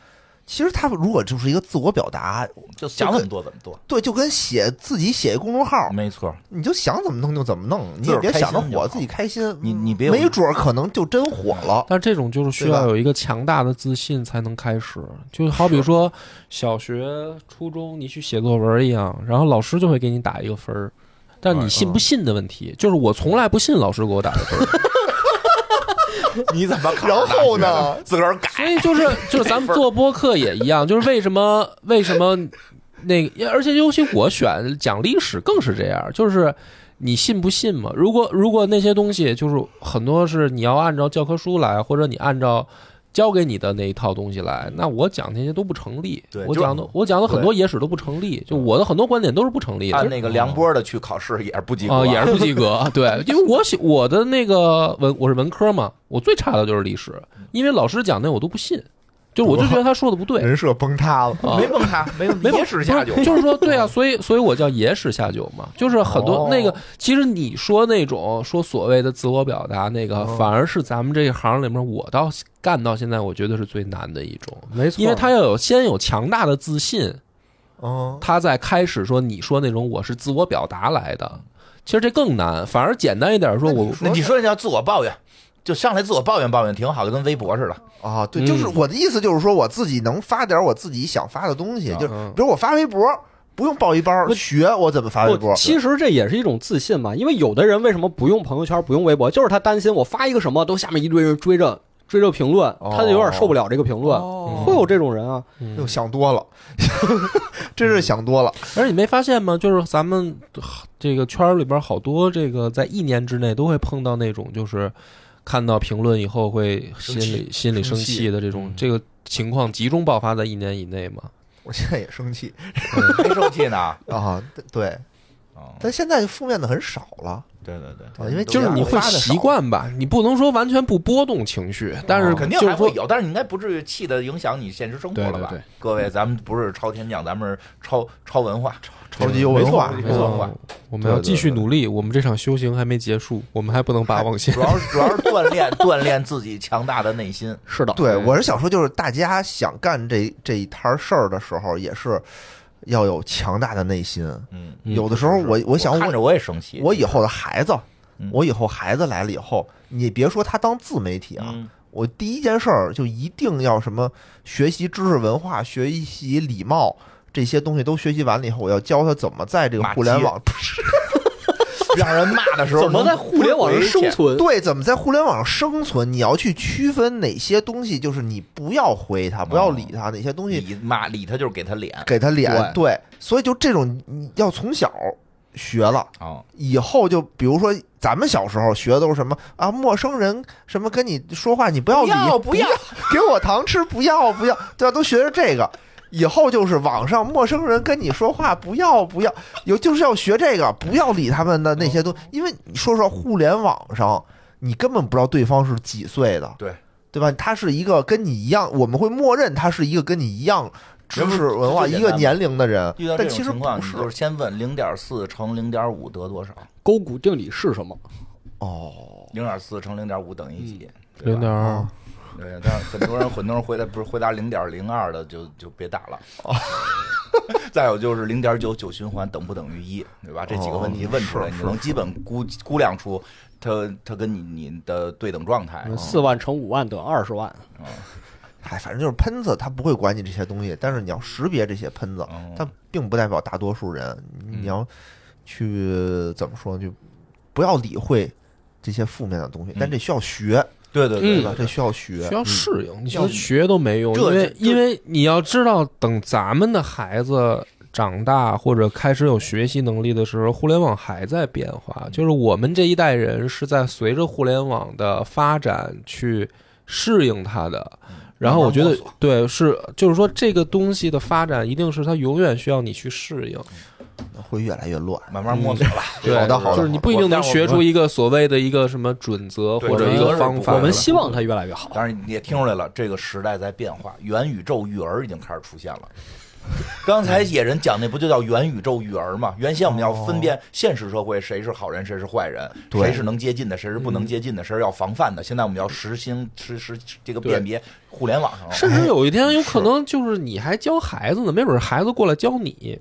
其实他如果就是一个自我表达，就想怎么做怎么做，对，就跟写自己写一公众号，没错。你就想怎么弄就怎么弄，你自个也儿别开想着嗯心就火，好自己开心。你你别有没准儿可能就真火了。但这种就是需对吧要有一个强大的自信才能开始，就好比说小学、初中你去写作文一样，然后老师就会给你打一个分儿，但嗯你信不信的问题，就是我从来不信老师给我打的分儿， 你怎么考然后呢？自个儿改。所以就是就是咱们做播客也一样，就是为什么为什么那个，而且尤其我选讲历史更是这样，就是。你信不信嘛？如果如果那些东西就是很多是你要按照教科书来，或者你按照教给你的那一套东西来，那我讲那些都不成立。对我就是讲的我讲的很多野史都不成立，就我的很多观点都是不成立的。哦按那个梁波的去考试哦也是不及格，啊、也是不及格。 对，因为我写我的那个文，我是文科嘛，我最差的就是历史，因为老师讲的我都不信，就我就觉得他说的不对。人设崩塌了。啊没蒙他，没没没试下酒不。是就是 说，对啊，所以所以我叫野史下酒嘛，就是很多哦那个，其实你说那种说所谓的自我表达，那个嗯反而是咱们这一行里面，我到干到现在，我觉得是最难的一种，没错因为他要有先有强大的自信，嗯，他在开始说你说那种我是自我表达来的，其实这更难，反而简单一点说，我那你说那叫自我抱怨，就上来自我抱怨抱怨，挺好的，跟微博似的。啊，对，就是嗯我的意思，就是说我自己能发点我自己想发的东西，啊就是比如我发微博，不用报一班儿不学我怎么发微博不，，其实这也是一种自信嘛。因为有的人为什么不用朋友圈，不用微博，就是他担心我发一个什么，都下面一堆人追着追着评论，他就有点受不了这个评论。哦会有这种人啊，嗯又想多了， 真是想多了。而你没发现吗？就是咱们这个圈儿里边好多这个在一年之内都会碰到那种就是看到评论以后会心里心里生气的这种这个情况集中爆发在一年以内嘛？我现在也生气 没生气呢。啊，对，啊但现在负面的很少了对对对，啊，因为就是你大会家发的少习，惯吧，你不能说完全不波动情绪，但是肯定就还是会说有，但是你应该不至于气的影响你现实生活了吧？对对对各位，咱们不是超天降，咱们是超超文化，超级有文化没错没嗯错文化。我们要继续对对对努力，我们这场修行还没结束，我们还不能把网线主。要 是主要是锻炼锻炼自己强大的内心。是的，对，我是想说，就是大家想干这这一摊事儿的时候，也是要有强大的内心。嗯，嗯有的时候我，我想看我着我也生气，我以后的孩子嗯，我以后孩子来了以后，你别说他当自媒体啊，嗯我第一件事儿就一定要什么学习知识文化、学习礼貌这些东西都学习完了以后，我要教他怎么在这个互联网让人骂的时候怎么在互联网上生能回去？存？对怎么在互联网上生存，你要去区分哪些东西就是你不要回他，不要理他，哪些东西你骂理他就是给他脸，给他脸。对对，所以就这种你要从小学了。啊，以后就比如说，咱们小时候学的都是什么啊？陌生人什么跟你说话，你不要理，不要不要， 给我糖吃，不要不要，对吧？啊都学着这个。以后就是网上陌生人跟你说话，不要不要，有就是要学这个，不要理他们的那些东西，因为你说实话，互联网上你根本不知道对方是几岁的，对对吧？他是一个跟你一样，我们会默认他是一个跟你一样知识文化、这就一简个单嘛年龄的人遇到，这但种其实情况，不你是就是先问零点四乘零点五得多少？勾股定理是什么？哦，零点四乘零点五等于几？对零吧点二哦，对，但是很多人很多人回答不是回答零点零二的就就别 打了。再有就是零点九九循环等不等于一，对吧？这几个问题问出来，哦是你是能基本估估量出它它跟你你的对等状态。嗯四万乘五万等于二十万。哎，反正就是喷子，他不会管你这些东西，但是你要识别这些喷子，嗯他并不代表大多数人。嗯你要去怎么说呢？就不要理会这些负面的东西，但这需要学，对嗯对对对对嗯吧？这需要学嗯需。要适应，你要说学都没用，这因为这因为你要知道，等咱们的孩子长大或者开始有学习能力的时候，互联网还在变嗯化，就是我们这一代人是在随着互联网的发展去适应它的。然后我觉嗯得慢慢摸索，对，是就是说这个东西的发展一定是它永远需要你去适应。会越来越乱。慢慢摸索吧。对嗯好的好的就是你不一定能学出一个所谓的一个什么准则对或者一准则个是方不法会来。我们希望它越来越好。当然你也听出来了，这个时代在变化，元宇宙育儿已经开始出现了。刚才野人讲那不就叫元宇宙育儿吗？原先我们要分辨现实社会谁是好人，谁是坏人，对谁是能接近的，谁是不能接近的，谁是要防范的。现在我们要实行实实这个辨别，互联网上了甚哎至有一天有可能就是你还教孩子呢，没准孩子过来教你，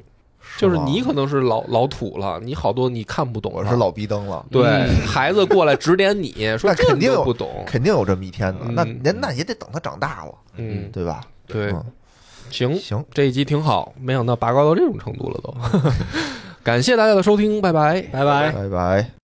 就是吗你可能是老老土了，你好多你看不懂，我是老逼灯了，对、孩子过来指点 你说那这肯你定都有不懂，肯定有这么一天的。嗯那那那也得等他长大了，嗯，对吧？对，嗯行，行，这一集挺好，没 想到拔高到这种程度了都，感谢大家的收听，拜拜。拜拜。拜拜。